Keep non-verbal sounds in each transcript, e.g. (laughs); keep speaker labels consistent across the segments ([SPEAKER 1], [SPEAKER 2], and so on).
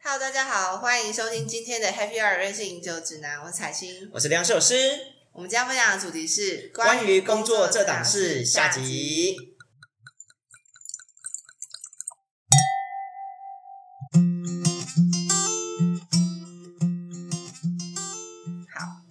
[SPEAKER 1] Hello，大家好，欢迎收听今天的 Happy Hour 瑞士饮酒指南，我是彩青。
[SPEAKER 2] 我是梁寿师，
[SPEAKER 1] 我们今天分享的主题是
[SPEAKER 2] 关于工作这档事下。集。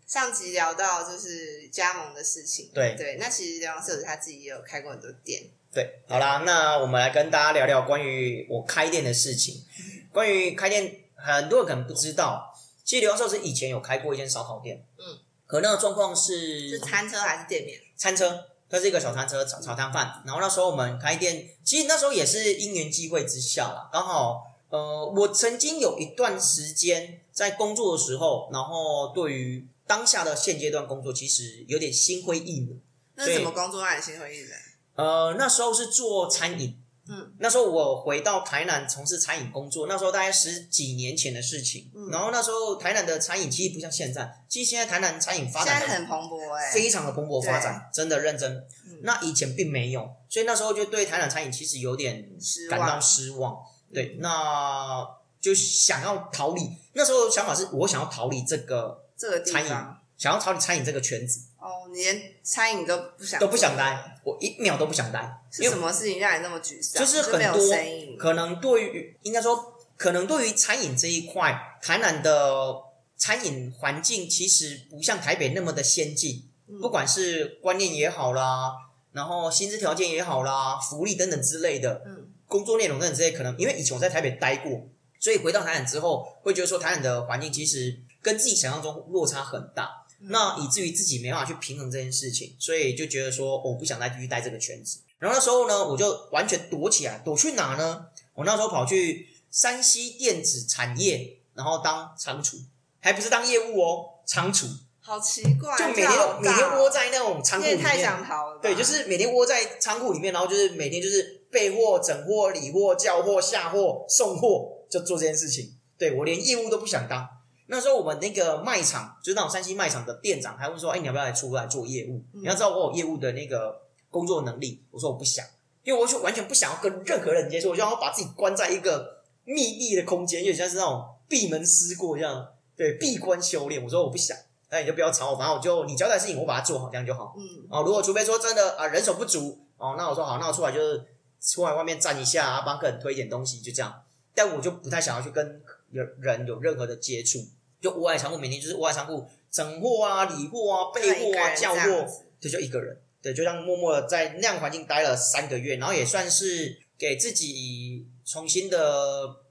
[SPEAKER 1] 上集聊到就是加盟的事情，
[SPEAKER 2] 对
[SPEAKER 1] 对，那其实刘洋社子他自己也有开过很多店，
[SPEAKER 2] 对，好啦，那我们来跟大家聊聊关于我开店的事情。关于开店，很多人可能不知道，其实刘寿师以前有开过一间烧烤店，
[SPEAKER 1] 嗯，
[SPEAKER 2] 可那个状况
[SPEAKER 1] 是
[SPEAKER 2] 是
[SPEAKER 1] 餐车还是店面？
[SPEAKER 2] 餐车，它是一个小餐车，小小摊贩。然后那时候我们开店，其实那时候也是因缘际会之下啦，刚好呃，我曾经有一段时间在工作的时候，然后对于当下的现阶段工作，其实有点心灰意冷。
[SPEAKER 1] 那是
[SPEAKER 2] 对
[SPEAKER 1] 怎么工作让你心灰意冷？
[SPEAKER 2] 呃，那时候是做餐饮，
[SPEAKER 1] 嗯，
[SPEAKER 2] 那时候我回到台南从事餐饮工作，那时候大概十几年前的事情。
[SPEAKER 1] 嗯
[SPEAKER 2] 然后那时候台南的餐饮其实不像现在，其实现在台南餐饮发
[SPEAKER 1] 现
[SPEAKER 2] 展
[SPEAKER 1] 在
[SPEAKER 2] 得
[SPEAKER 1] 很蓬勃哎、
[SPEAKER 2] 非常的蓬勃发展，真的认真。
[SPEAKER 1] 嗯
[SPEAKER 2] 那以前并没有，所以那时候就对台南餐饮其实有点
[SPEAKER 1] 失望嗯
[SPEAKER 2] 感到失望。对，那就想要逃离。那时候想法是我想要逃离这个
[SPEAKER 1] 这个地
[SPEAKER 2] 餐饮
[SPEAKER 1] 方，
[SPEAKER 2] 想要逃离餐饮这个圈子，
[SPEAKER 1] 哦，你连餐饮都不想
[SPEAKER 2] 都不想
[SPEAKER 1] 做，
[SPEAKER 2] 待，我一秒都不想待，
[SPEAKER 1] 是
[SPEAKER 2] 因
[SPEAKER 1] 什
[SPEAKER 2] 为
[SPEAKER 1] 么事情让你那么沮丧？
[SPEAKER 2] 就是很
[SPEAKER 1] 没有
[SPEAKER 2] 多
[SPEAKER 1] 生意，
[SPEAKER 2] 可能对于应该说，可能对于餐饮这一块，台南的餐饮环境其实不像台北那么的先进。
[SPEAKER 1] 嗯
[SPEAKER 2] 不管是观念也好啦，然后薪资条件也好啦，福利等等之类的，
[SPEAKER 1] 嗯
[SPEAKER 2] 工作内容等等之类，可能因为以前我在台北待过，所以回到台南之后，会觉得说台南的环境其实跟自己想象中落差很大，
[SPEAKER 1] 嗯
[SPEAKER 2] 那以至于自己没办法去平衡这件事情，所以就觉得说、哦我不想再继续待这个圈子。然后那时候呢，我就完全躲起来，躲去哪呢？我那时候跑去山西电子产业，然后当仓储，还不是当业务哦，仓储。
[SPEAKER 1] 好奇怪，
[SPEAKER 2] 就每
[SPEAKER 1] 这
[SPEAKER 2] 天
[SPEAKER 1] 好
[SPEAKER 2] 都每天
[SPEAKER 1] 大哦
[SPEAKER 2] 窝在那种仓
[SPEAKER 1] 你
[SPEAKER 2] 库里
[SPEAKER 1] 也太
[SPEAKER 2] 面，
[SPEAKER 1] 想逃了吧，
[SPEAKER 2] 对，就是每天窝在仓库里面，然后就是每天就是备货、整货、理货、叫货、下货、送货，就做这件事情。对我连业务都不想当。那时候我们那个卖场，就是那种山西卖场的店长，还会说：“哎，你要不要来出来做业务？”
[SPEAKER 1] 嗯
[SPEAKER 2] 你要知道我有业务的那个工作能力。我说我不想，因为我就完全不想要跟任何人接触，我就要把自己关在一个密闭的空间，有点像是那种闭门思过一样，对，闭关修炼。我说我不想，那你就不要吵我，反正我就你交代的事情我把它做好，这样就好。
[SPEAKER 1] 嗯
[SPEAKER 2] 哦，如果除非说真的啊、人手不足哦，那我说好，那我出来就是出来外面站一下啊，帮客人推一点东西，就这样。但我就不太想要去跟有人有任何的接触，就窝在仓库，每天就是窝在仓库整货啊、理货啊、备
[SPEAKER 1] 一
[SPEAKER 2] 货
[SPEAKER 1] 个
[SPEAKER 2] 啊、
[SPEAKER 1] 人这
[SPEAKER 2] 叫
[SPEAKER 1] 样
[SPEAKER 2] 货，
[SPEAKER 1] 子
[SPEAKER 2] 对，就一个人，对，就这样默默的在那样环境待了三个月，然后也算是给自己重新的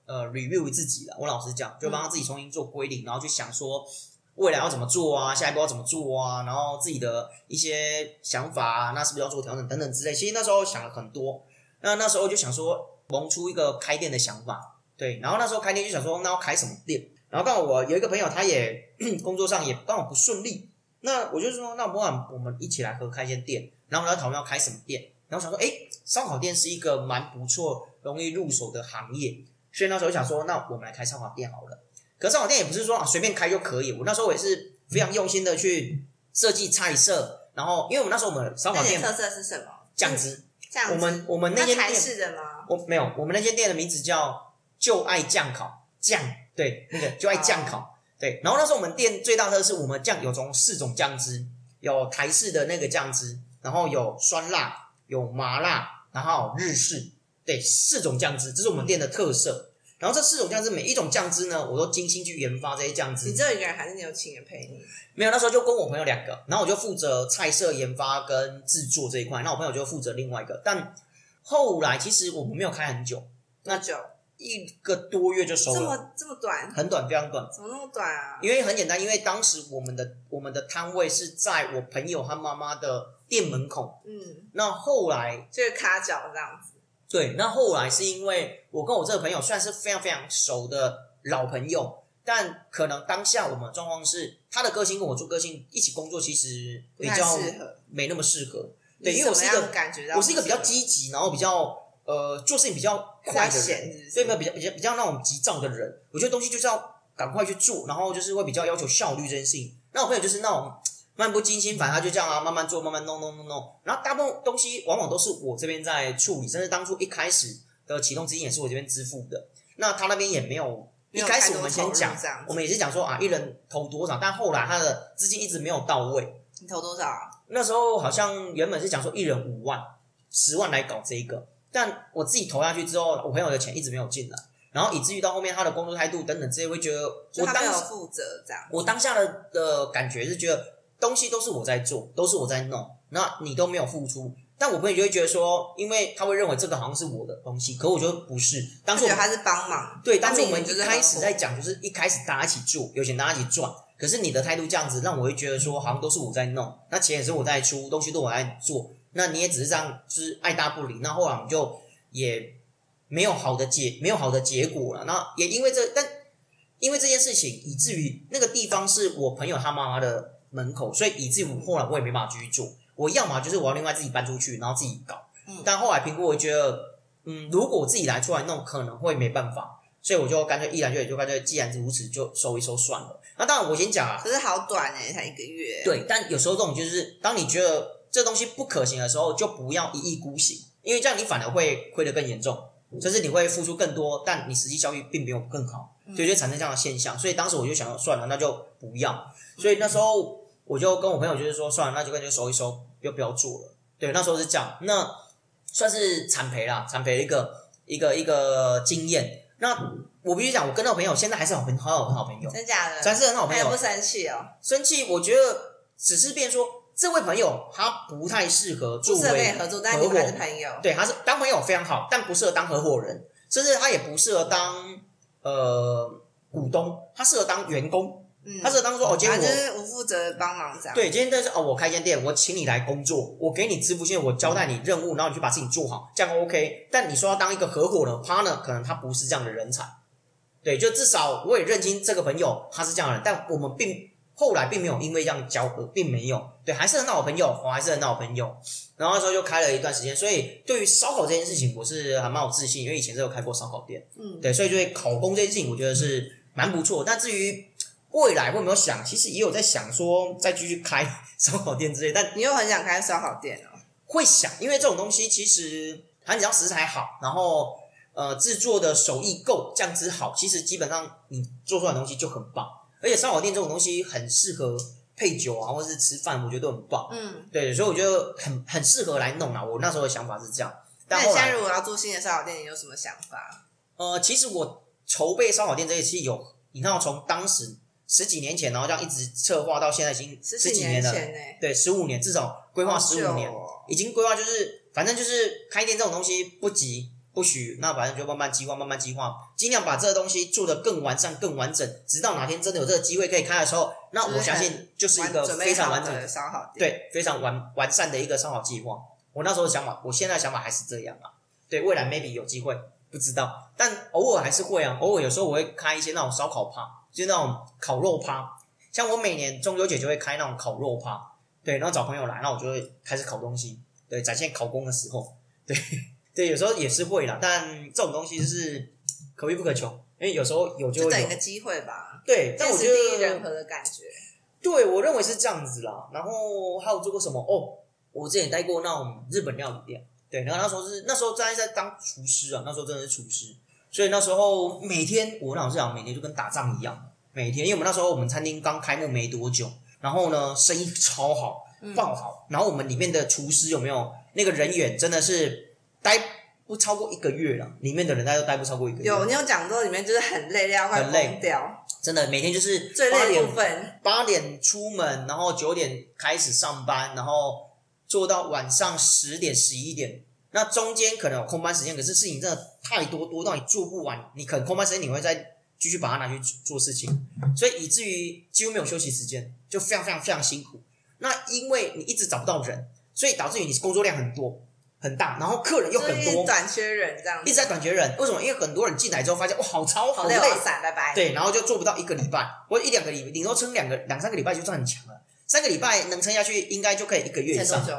[SPEAKER 2] 呃 review 自己了。我老实讲，就帮自己重新做归零，然后去想说未来要怎么做啊，下一步要怎么做啊，然后自己的一些想法啊，那是不是要做调整等等之类。其实那时候想了很多，那那时候就想说萌出一个开店的想法，对，然后那时候开店就想说那要开什么店，然后刚好我有一个朋友他也 (clears throat) 工作上也刚好不顺利，那我就说，那不然我们一起来合开一间店，然后我们要讨论要开什么店。然后想说，哎，烧烤店是一个蛮不错、容易入手的行业，所以那时候想说，那我们来开烧烤店好了。可是烧烤店也不是说啊随便开就可以，我那时候也是非常用心的去设计菜色，然后因为我们那时候我们烧
[SPEAKER 1] 那
[SPEAKER 2] 烤
[SPEAKER 1] 你
[SPEAKER 2] 店
[SPEAKER 1] 的特色是什么？
[SPEAKER 2] 酱汁，
[SPEAKER 1] 嗯这样子
[SPEAKER 2] 我们我们那
[SPEAKER 1] 那
[SPEAKER 2] 间
[SPEAKER 1] 台
[SPEAKER 2] 店
[SPEAKER 1] 式的吗？
[SPEAKER 2] 我没有，我们那间店的名字叫“就爱酱烤”，酱对那个就爱酱烤对。然后那时候我们店最大特色是我们酱有从四种酱汁，有台式的那个酱汁，然后有酸辣，有麻辣，然后有日式，对，四种酱汁，这是我们店的特色。然后这四种酱汁，每一种酱汁呢，我都精心去研发这些酱汁
[SPEAKER 1] 你。只有一个人，还是你有请人陪你？
[SPEAKER 2] 没有，那时候就跟我朋友两个，然后我就负责菜色研发跟制作这一块，那我朋友就负责另外一个。但后来其实我们没有开很久，
[SPEAKER 1] 多久？
[SPEAKER 2] 一个多月就收
[SPEAKER 1] 这
[SPEAKER 2] 了，
[SPEAKER 1] 么这么短？
[SPEAKER 2] 很短，非常短。
[SPEAKER 1] 怎么那么短啊？
[SPEAKER 2] 因为很简单，因为当时我们的我们的摊位是在我朋友他妈妈的店门口。
[SPEAKER 1] 嗯，
[SPEAKER 2] 那后来，
[SPEAKER 1] 就是卡脚这样子。
[SPEAKER 2] 对，那后来是因为我跟我这个朋友算是非常非常熟的老朋友，但可能当下我们的状况是，他的个性跟我做个性一起工作，其实
[SPEAKER 1] 不
[SPEAKER 2] 比
[SPEAKER 1] 太
[SPEAKER 2] 较
[SPEAKER 1] 适合
[SPEAKER 2] 没那么适合。对，
[SPEAKER 1] 你
[SPEAKER 2] 因为我是一
[SPEAKER 1] 怎么
[SPEAKER 2] 个
[SPEAKER 1] 样感觉到，
[SPEAKER 2] 我是一个比较积极，然后比较呃做事情比较快
[SPEAKER 1] 比
[SPEAKER 2] 的
[SPEAKER 1] 较
[SPEAKER 2] 人，
[SPEAKER 1] 闲是不是
[SPEAKER 2] 所以没有比较比较比较那种急躁的人，我觉得东西就是要赶快去做，然后就是会比较要求效率这件事情。那我朋友就是那种漫不经心，反正他就这样啊，慢慢做，慢慢弄弄弄弄。然后大部分东西往往都是我这边在处理，甚至当初一开始的启动资金也是我这边支付的。那他那边也没有一
[SPEAKER 1] 没有
[SPEAKER 2] 开
[SPEAKER 1] 太
[SPEAKER 2] 始我
[SPEAKER 1] 多
[SPEAKER 2] 们先
[SPEAKER 1] 投入
[SPEAKER 2] 讲
[SPEAKER 1] 这样，子
[SPEAKER 2] 我们也是讲说啊，一人投多少，但后来他的资金一直没有到位。
[SPEAKER 1] 你投多少啊？
[SPEAKER 2] 那时候好像原本是讲说一人五万、十万来搞这一个，但我自己投下去之后，我朋友的钱一直没有进来，然后以至于到后面他的工作态度等等这些，会觉得
[SPEAKER 1] 就
[SPEAKER 2] 我
[SPEAKER 1] 他没有
[SPEAKER 2] 当
[SPEAKER 1] 负责这样。
[SPEAKER 2] 我当下的的感觉是觉得东西都是我在做，都是我在弄，那你都没有付出。但我朋友就会觉得说，因为他会认为这个好像是我的东西，可我觉得不是。当
[SPEAKER 1] 他
[SPEAKER 2] 时
[SPEAKER 1] 觉得
[SPEAKER 2] 我们
[SPEAKER 1] 他是帮忙，
[SPEAKER 2] 对，但是
[SPEAKER 1] 明
[SPEAKER 2] 我们
[SPEAKER 1] 明就
[SPEAKER 2] 一
[SPEAKER 1] 是
[SPEAKER 2] 开始
[SPEAKER 1] 合伙
[SPEAKER 2] 在讲，就是一开始大家一起做，有钱大家一起赚。可是你的态度这样子，让我会觉得说，好像都是我在弄，那钱也是我在出，东西都我在做，那你也只是这样，就是爱搭不理。那后来我们就也没有好的结，没有好的结果了。那也因为这，但因为这件事情，以至于那个地方是我朋友他妈妈的门口，所以以至于我后来我也没办法继续做。我要么就是我要另外自己搬出去，然后自己搞。
[SPEAKER 1] 嗯
[SPEAKER 2] 但后来评估，我觉得，嗯，如果我自己来出来弄，可能会没办法，所以我就干脆毅然决然，就干脆既然如此，就收一收算了。那当然，我先讲啊，
[SPEAKER 1] 可是好短哎、才一个月。，
[SPEAKER 2] 对，但有时候这种就是，当你觉得这东西不可行的时候，就不要一意孤行，因为这样你反而会亏得更严重，
[SPEAKER 1] 嗯
[SPEAKER 2] 甚至你会付出更多，但你实际效益并没有更好，
[SPEAKER 1] 嗯
[SPEAKER 2] 所以就产生这样的现象。所以当时我就想说，算了，那就不要。
[SPEAKER 1] 嗯
[SPEAKER 2] 所以那时候我就跟我朋友就是说，算了，那就干脆收一收，就不要做了。对，那时候是这样，那算是惨赔啦，惨赔的一个一个一个经验。那我必须讲，我跟那个朋友现在还是好朋好好很好朋友，
[SPEAKER 1] 真假的？
[SPEAKER 2] 还是很好朋
[SPEAKER 1] 还
[SPEAKER 2] 友
[SPEAKER 1] 有。不生气哦，
[SPEAKER 2] 生气，我觉得只是变说这位朋友他不太适合作
[SPEAKER 1] 不适合跟
[SPEAKER 2] 为
[SPEAKER 1] 你合作，但是你们还是
[SPEAKER 2] 合伙
[SPEAKER 1] 朋友。
[SPEAKER 2] 对，他是当朋友非常好，但不适合当合伙人，甚至他也不适合当呃股东，他适合当员工，
[SPEAKER 1] 嗯，
[SPEAKER 2] 他适合当说哦，今
[SPEAKER 1] 反
[SPEAKER 2] 天
[SPEAKER 1] 正就是
[SPEAKER 2] 我。
[SPEAKER 1] 无负责帮忙这样。，
[SPEAKER 2] 对，今天但是哦，我开一间店，我请你来工作，我给你支付线，我交代你任务，然后你去把事情做好，这样 OK。但你说要当一个合伙人 partner，可能他不是这样的人才。对，就至少我也认清这个朋友他是这样的人，但我们并后来并没有因为这样交恶，并没有，对，还是很好的朋友，我还是很好的朋友。然后那时候就开了一段时间，所以对于烧烤这件事情，我是还蛮有自信，因为以前是有开过烧烤店。
[SPEAKER 1] 嗯，
[SPEAKER 2] 对，所以就对考公这件事情，我觉得是蛮不错。但至于未来会有没有想，其实也有在想说再继续开 (laughs) 烧烤店之类，但
[SPEAKER 1] 你又很想开烧烤店哦。
[SPEAKER 2] 会想，因为这种东西其实它只要食材好，然后呃制作的手艺够，酱汁好，其实基本上你做出来的东西就很棒。而且烧烤店这种东西很适合配酒啊，或者是吃饭，我觉得都很棒。
[SPEAKER 1] 嗯，
[SPEAKER 2] 对，所以我觉得很很适合来弄啊。我那时候的想法是这样，
[SPEAKER 1] 那
[SPEAKER 2] 但
[SPEAKER 1] 你
[SPEAKER 2] 后
[SPEAKER 1] 现
[SPEAKER 2] 来
[SPEAKER 1] 在如果要做新的烧烤店，你有什么想法？
[SPEAKER 2] 呃，其实我筹备烧烤店这一期有，你看我从当时十几年前，然后这样一直策划到现在已经
[SPEAKER 1] 十
[SPEAKER 2] 几
[SPEAKER 1] 年
[SPEAKER 2] 了，
[SPEAKER 1] 前呢，
[SPEAKER 2] 对，十五年至少规划
[SPEAKER 1] 好
[SPEAKER 2] 十
[SPEAKER 1] 久
[SPEAKER 2] 五年，
[SPEAKER 1] 哦
[SPEAKER 2] 已经规划就是反正就是开店这种东西不急不徐，那反正就慢慢计划，慢慢计划，尽量把这个东西做得更完善、更完整，直到哪天真的有这个机会可以开的时候，那
[SPEAKER 1] 就是
[SPEAKER 2] 我相信就是一个
[SPEAKER 1] 完准备
[SPEAKER 2] 非常
[SPEAKER 1] 好
[SPEAKER 2] 完整
[SPEAKER 1] 的烧烤店。
[SPEAKER 2] 对，非常完完善的一个烧烤计划。我那时候的想法，我现在的想法还是这样啊。对未来 maybe 有机会，不知道，但偶尔还是会啊。偶尔有时候我会开一些那种烧烤趴，就是那种烤肉趴。像我每年中秋节就会开那种烤肉趴，对，然后找朋友来，那我就会开始烤东西，对，展现烤工的时候，对 (laughs) 对，有时候也是会啦。但这种东西就是可遇不可求，因为有时候有就
[SPEAKER 1] 就
[SPEAKER 2] 会
[SPEAKER 1] 等
[SPEAKER 2] 有
[SPEAKER 1] 一个。机会吧，
[SPEAKER 2] 对，但我觉得
[SPEAKER 1] 天时地利人和的感觉。
[SPEAKER 2] 对，我认为是这样子啦。然后还有做过什么？哦，我之前待过那种日本料理店，对，然后那时候是那时候在在当厨师啊，那时候真的是厨师，所以那时候每天我老实讲，每天就跟打仗一样，每天，因为我们那时候我们餐厅刚开幕没多久，然后呢生意超好
[SPEAKER 1] 嗯，
[SPEAKER 2] 爆好，然后我们里面的厨师有没有那个人员真的是待不超过一个月了，里面的人大家都待不超过一个月，
[SPEAKER 1] 有，你有讲过里面就是很累，累到快
[SPEAKER 2] 很累
[SPEAKER 1] 疯掉，
[SPEAKER 2] 真的每天就是
[SPEAKER 1] 最
[SPEAKER 2] 八
[SPEAKER 1] 累的
[SPEAKER 2] 点
[SPEAKER 1] 部分。
[SPEAKER 2] 八点出门，然后九点开始上班，然后做到晚上十点十一点。那中间可能有空班时间，可是事情真的太多，多到你做不完。你可能空班时间你会再继续把它拿去做事情，所以以至于几乎没有休息时间，就非常非常非常辛苦。那因为你一直找不到人，所以导致于你工作量很多很大，然后客人又
[SPEAKER 1] 就
[SPEAKER 2] 很
[SPEAKER 1] 是一直
[SPEAKER 2] 多，
[SPEAKER 1] 短缺人这样
[SPEAKER 2] 一
[SPEAKER 1] 子，
[SPEAKER 2] 直在短缺人。为什么？因为很多人进来之后发现哇，好超
[SPEAKER 1] 好
[SPEAKER 2] 累
[SPEAKER 1] 累，我要散，拜拜。
[SPEAKER 2] 对，然后就做不到一个礼拜，或者一两个礼，顶多撑两个两三个礼拜就算很强了。三个礼拜能撑下去，应该就可以一个月
[SPEAKER 1] 撑
[SPEAKER 2] 以
[SPEAKER 1] 多
[SPEAKER 2] 上。
[SPEAKER 1] 久？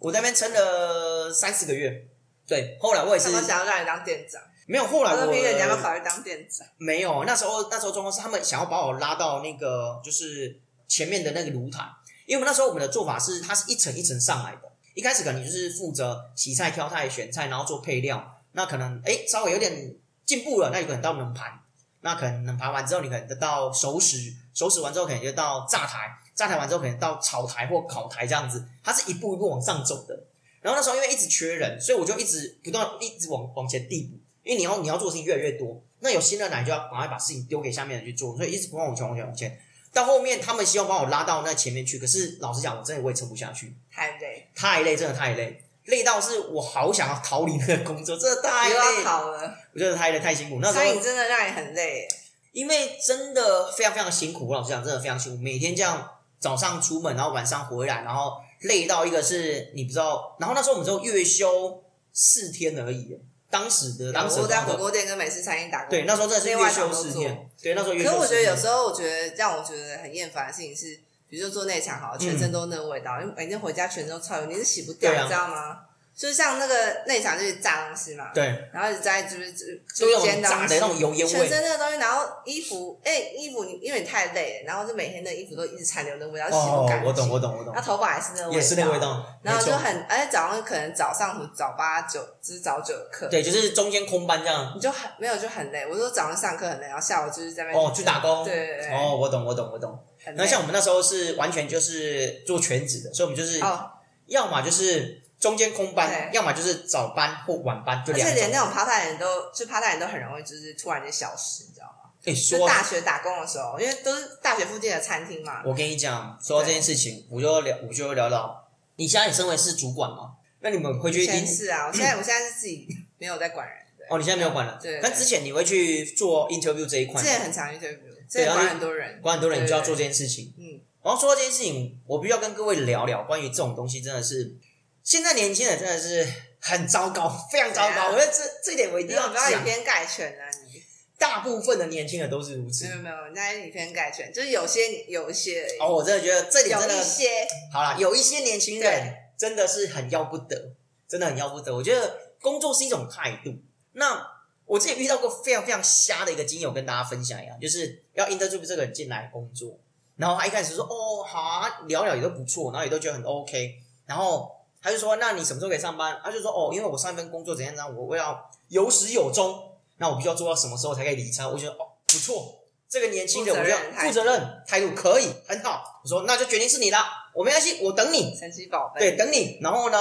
[SPEAKER 2] 我在那边撑了三四个月，对。后来我也是
[SPEAKER 1] 他们想要让你当店长，
[SPEAKER 2] 没有，后来
[SPEAKER 1] 我说
[SPEAKER 2] 我呃
[SPEAKER 1] 评选你要不要考虑当店长？
[SPEAKER 2] 没有，那时候那时候状况是他们想要把我拉到那个就是前面的那个炉台，因为我们那时候我们的做法是它是一层一层上来的，一开始可能你就是负责洗菜、挑菜、选菜，然后做配料，那可能哎稍微有点进步了，那有可能到冷盘，那可能爬完之后，你可能就到熟食，熟食完之后可能就到炸台，炸台完之后可能到炒台或烤台这样子，它是一步一步往上走的。然后那时候因为一直缺人，所以我就一直不断一直往往前递补，因为你要你要做的事情越来越多，那有新的奶就要赶快把事情丢给下面人去做，所以一直不断往前往前往前。到后面他们希望把我拉到那前面去，可是老实讲，我真的我也撑不下去，
[SPEAKER 1] 太累，
[SPEAKER 2] 太累，真的太累，累到是我好想要逃离那个工作，真的太
[SPEAKER 1] 又要
[SPEAKER 2] 累，
[SPEAKER 1] 考了，
[SPEAKER 2] 我真的太累太辛苦。那时
[SPEAKER 1] 所以
[SPEAKER 2] 候
[SPEAKER 1] 你真的让你很累。
[SPEAKER 2] 因为真的非常非常辛苦，我老实讲，真的非常辛苦。每天这样早上出门，然后晚上回来，然后累到一个是你不知道。然后那时候我们只有月休四天而已，当时的当时
[SPEAKER 1] 我
[SPEAKER 2] 的
[SPEAKER 1] 在火锅店跟美式餐厅打工，
[SPEAKER 2] 对那时候真的是
[SPEAKER 1] 内外
[SPEAKER 2] 月休
[SPEAKER 1] 场都
[SPEAKER 2] 四
[SPEAKER 1] 做
[SPEAKER 2] 天，对那时候月
[SPEAKER 1] 可
[SPEAKER 2] 休
[SPEAKER 1] 是我
[SPEAKER 2] 四天。
[SPEAKER 1] 觉得有时候，我觉得让我觉得很厌烦的事情是，比如说做内场好了，全身都那个味道，因为每天回家全身都臭油，你是洗不掉，
[SPEAKER 2] 嗯对啊
[SPEAKER 1] 你知道吗？就是像那个内场就是炸东西嘛，
[SPEAKER 2] 对，
[SPEAKER 1] 然后一直在就是
[SPEAKER 2] 就
[SPEAKER 1] 就是
[SPEAKER 2] 有
[SPEAKER 1] 煎
[SPEAKER 2] 那种
[SPEAKER 1] 东
[SPEAKER 2] 炸的
[SPEAKER 1] 西
[SPEAKER 2] 那，种油烟
[SPEAKER 1] 全
[SPEAKER 2] 味，
[SPEAKER 1] 身那个东西，然后衣服，哎、衣服你因为你太累了，然后就每天的衣服都一直残留那个味道，洗不
[SPEAKER 2] 哦
[SPEAKER 1] 干，净。
[SPEAKER 2] 我懂，我懂，我懂
[SPEAKER 1] 那，头发也是那个味道，
[SPEAKER 2] 也是那个味。道，
[SPEAKER 1] 然后
[SPEAKER 2] 没
[SPEAKER 1] 就
[SPEAKER 2] 错
[SPEAKER 1] 很，而且早上可能早上什么早八九，就是早九课，
[SPEAKER 2] 对，就是中间空班这样。
[SPEAKER 1] 你就很没有就很累。我说早上上课很累，然后下午就是在那边
[SPEAKER 2] 哦，去打工。
[SPEAKER 1] 对对对
[SPEAKER 2] 哦，我懂，我懂，我懂。
[SPEAKER 1] 很累
[SPEAKER 2] 那像我们那时候是完全就是做全职的，所以我们就是
[SPEAKER 1] 哦，
[SPEAKER 2] 要么就是中间空班，
[SPEAKER 1] 对
[SPEAKER 2] 要么就是早班或晚班，就
[SPEAKER 1] 而
[SPEAKER 2] 两
[SPEAKER 1] 且连
[SPEAKER 2] 种。
[SPEAKER 1] 那种 part time 人都，就 part time 人都很容易就是突然间消失，你知道吗？
[SPEAKER 2] 哎，
[SPEAKER 1] 就
[SPEAKER 2] 说，
[SPEAKER 1] 大学打工的时候，因为都是大学附近的餐厅嘛，
[SPEAKER 2] 我跟你讲，说到这件事情，我就聊，我就聊到，你现在你身为是主管嘛，那你们会
[SPEAKER 1] 以
[SPEAKER 2] 去
[SPEAKER 1] 前
[SPEAKER 2] 应
[SPEAKER 1] 是啊，我现在我现在是自己没有在管人，对，
[SPEAKER 2] 哦，你现在没有管了，
[SPEAKER 1] 对对
[SPEAKER 2] 但之前你会去做 interview 这一块
[SPEAKER 1] 之，前很常 interview，之
[SPEAKER 2] 啊
[SPEAKER 1] 前管很多人，
[SPEAKER 2] 管很多人你就要做
[SPEAKER 1] 对
[SPEAKER 2] 这件事情。
[SPEAKER 1] 嗯，
[SPEAKER 2] 然后说到这件事情，我必须要跟各位聊聊关于这种东西，真的是现在年轻人真的是很糟糕，非常糟
[SPEAKER 1] 对啊
[SPEAKER 2] 糕。我觉得这这一点我一
[SPEAKER 1] 不
[SPEAKER 2] 定
[SPEAKER 1] 要
[SPEAKER 2] 要
[SPEAKER 1] 不要以
[SPEAKER 2] 讲，
[SPEAKER 1] 偏概全啊，你
[SPEAKER 2] 大部分的年轻人都是如此
[SPEAKER 1] 没。有没有，人家以偏概全，就是有些有一些而已，
[SPEAKER 2] 哦，我真的觉得这里真
[SPEAKER 1] 有一
[SPEAKER 2] 的
[SPEAKER 1] 些
[SPEAKER 2] 好啦，有一些年轻人
[SPEAKER 1] 对
[SPEAKER 2] 真的是很要不得，真的很要不得。我觉得工作是一种态度。那我之前遇到过非常非常瞎的一个经验，我跟大家分享一下，就是要 interview 这个人进来工作，然后他一开始说哦好啊，聊聊也都不错，然后也都觉得很 OK，然后他就说那你什么时候可以上班？他就说哦，因为我上一份工作怎样怎样，我我要有始有终，那我必须要做到什么时候才可以离开？我觉得哦不错，这个年轻人
[SPEAKER 1] 负
[SPEAKER 2] 我
[SPEAKER 1] 责
[SPEAKER 2] 觉
[SPEAKER 1] 任
[SPEAKER 2] 得
[SPEAKER 1] 态度
[SPEAKER 2] 负责任态度可以很好。我说那就决定是你啦，我没关系，我等你。
[SPEAKER 1] 神奇宝贝，
[SPEAKER 2] 对，等你。然后呢，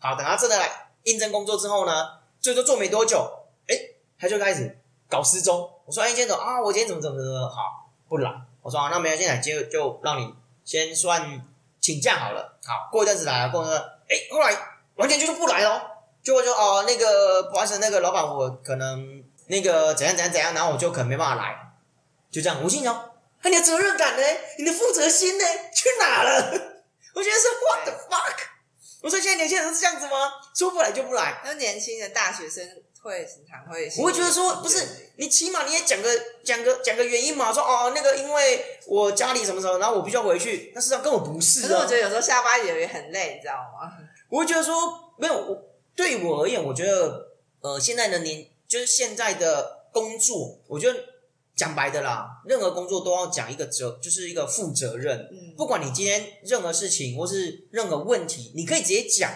[SPEAKER 2] 好，等他真的来应征工作之后呢，最多做没多久，哎，他就开始搞失踪。我说，哎，你今天怎么啊？我今天怎么怎么怎么怎么好不来？我说，啊、那没关系，来就就让你先算请假好了。好，过一阵子来了，过一阵子，哎，后来完全就是不来咯。就我就哦，那个不好意思，那个老板，我可能那个怎样怎样怎样，然后我就可能没办法来，就这样。我心想，啊，你的责任感呢？你的负责心呢？去哪了？ (laughs) 我觉得是 what the fuck？我说现在年轻人都是这样子吗？说不来就不来。
[SPEAKER 1] 那年轻的大学生会很常会，
[SPEAKER 2] 我会觉得说，不是你起码你也讲个讲个讲个原因嘛，说哦那个因为我家里什么什么，然后我必须要回去，那事实上根本不
[SPEAKER 1] 可
[SPEAKER 2] 是
[SPEAKER 1] 是我
[SPEAKER 2] 啊
[SPEAKER 1] 觉。得有时候下班也很累，你知道吗？
[SPEAKER 2] 我会觉得说，没有我对我而言，我觉得呃现在的年就是现在的工作，我觉得讲白的啦，任何工作都要讲一个责，就是一个负责任。
[SPEAKER 1] 嗯，
[SPEAKER 2] 不管你今天任何事情或是任何问题，你可以直接讲，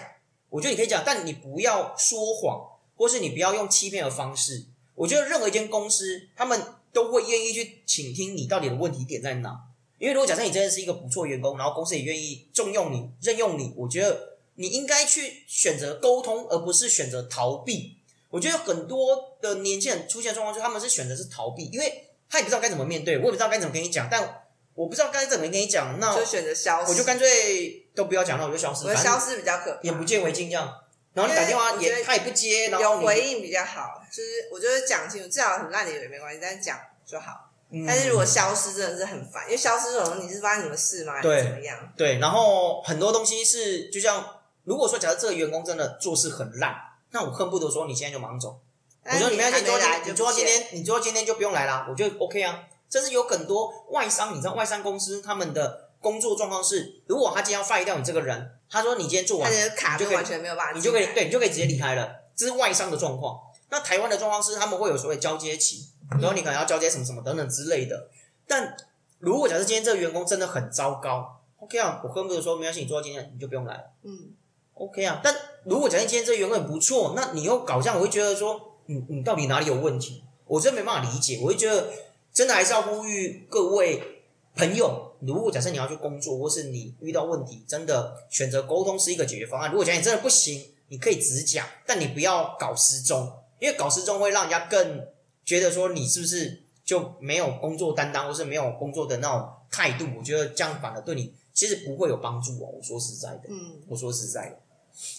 [SPEAKER 2] 我觉得你可以讲，但你不要说谎，或是你不要用欺骗的方式。我觉得任何一间公司，他们都会愿意去倾听你到底的问题点在哪。因为如果假设你真的是一个不错员工，然后公司也愿意重用你、任用你，我觉得你应该去选择沟通，而不是选择逃避。我觉得很多的年轻人出现的状况就是他们是选择是逃避，因为他也不知道该怎么面对，我也不知道该怎么跟你讲，但我不知道该怎么跟你讲，那
[SPEAKER 1] 就选择消失，啊
[SPEAKER 2] 我就干脆都不要讲，那我就消失，
[SPEAKER 1] 我觉得
[SPEAKER 2] 反
[SPEAKER 1] 消
[SPEAKER 2] 正
[SPEAKER 1] 失比较可怕，
[SPEAKER 2] 眼不见为净这样。然后你打电话
[SPEAKER 1] 因为我觉
[SPEAKER 2] 也
[SPEAKER 1] 得
[SPEAKER 2] 他也不接，然后
[SPEAKER 1] 有
[SPEAKER 2] 你
[SPEAKER 1] 回应比较好。就是我觉得讲清楚，至少很烂的也没关系，但讲就好。
[SPEAKER 2] 嗯
[SPEAKER 1] 但是如果消失真的是很烦，因为消失这种东西你是发生什么事吗？
[SPEAKER 2] 对
[SPEAKER 1] 还是怎么样？
[SPEAKER 2] 对，然后很多东西是就像，如果说假设这个员工真的做事很烂，那我恨不得说你现在就忙走。我
[SPEAKER 1] 但是
[SPEAKER 2] 说你没
[SPEAKER 1] 还
[SPEAKER 2] 关系，
[SPEAKER 1] 没
[SPEAKER 2] 你做到
[SPEAKER 1] 来
[SPEAKER 2] 今
[SPEAKER 1] 就
[SPEAKER 2] 你做到
[SPEAKER 1] 不
[SPEAKER 2] 今
[SPEAKER 1] 见
[SPEAKER 2] 天，你做到今天就不用来啦，我就 OK 啊。甚至有很多外商，你知道外商公司他们的工作状况是，如果他今天要 fire 掉你这个人，他说你今天做完
[SPEAKER 1] 他的卡
[SPEAKER 2] 就
[SPEAKER 1] 就
[SPEAKER 2] 可以
[SPEAKER 1] 完全没有办法
[SPEAKER 2] 你
[SPEAKER 1] 进来，
[SPEAKER 2] 就可以对，你就可以直接离开了。这是外商的状况。那台湾的状况是，他们会有所谓交接期，然后你可能要交接什么什么等等之类的。但如果假设今天这个员工真的很糟糕，OK 啊，我恨不得说没关系，你做到今天你就不用来了
[SPEAKER 1] 嗯，
[SPEAKER 2] ，OK 啊。嗯但如果假设今天这个员工很不错，那你又搞这样，我会觉得说，你你到底哪里有问题？我真没办法理解。我就觉得真的还是要呼吁各位朋友，如果假设你要去工作，或是你遇到问题，真的选择沟通是一个解决方案。如果讲你真的不行，你可以直讲，但你不要搞失踪，因为搞失踪会让人家更觉得说你是不是就没有工作担当，或是没有工作的那种态度。我觉得这样反而对你其实不会有帮助哦。我说实在的，
[SPEAKER 1] 嗯，
[SPEAKER 2] 我说实在的，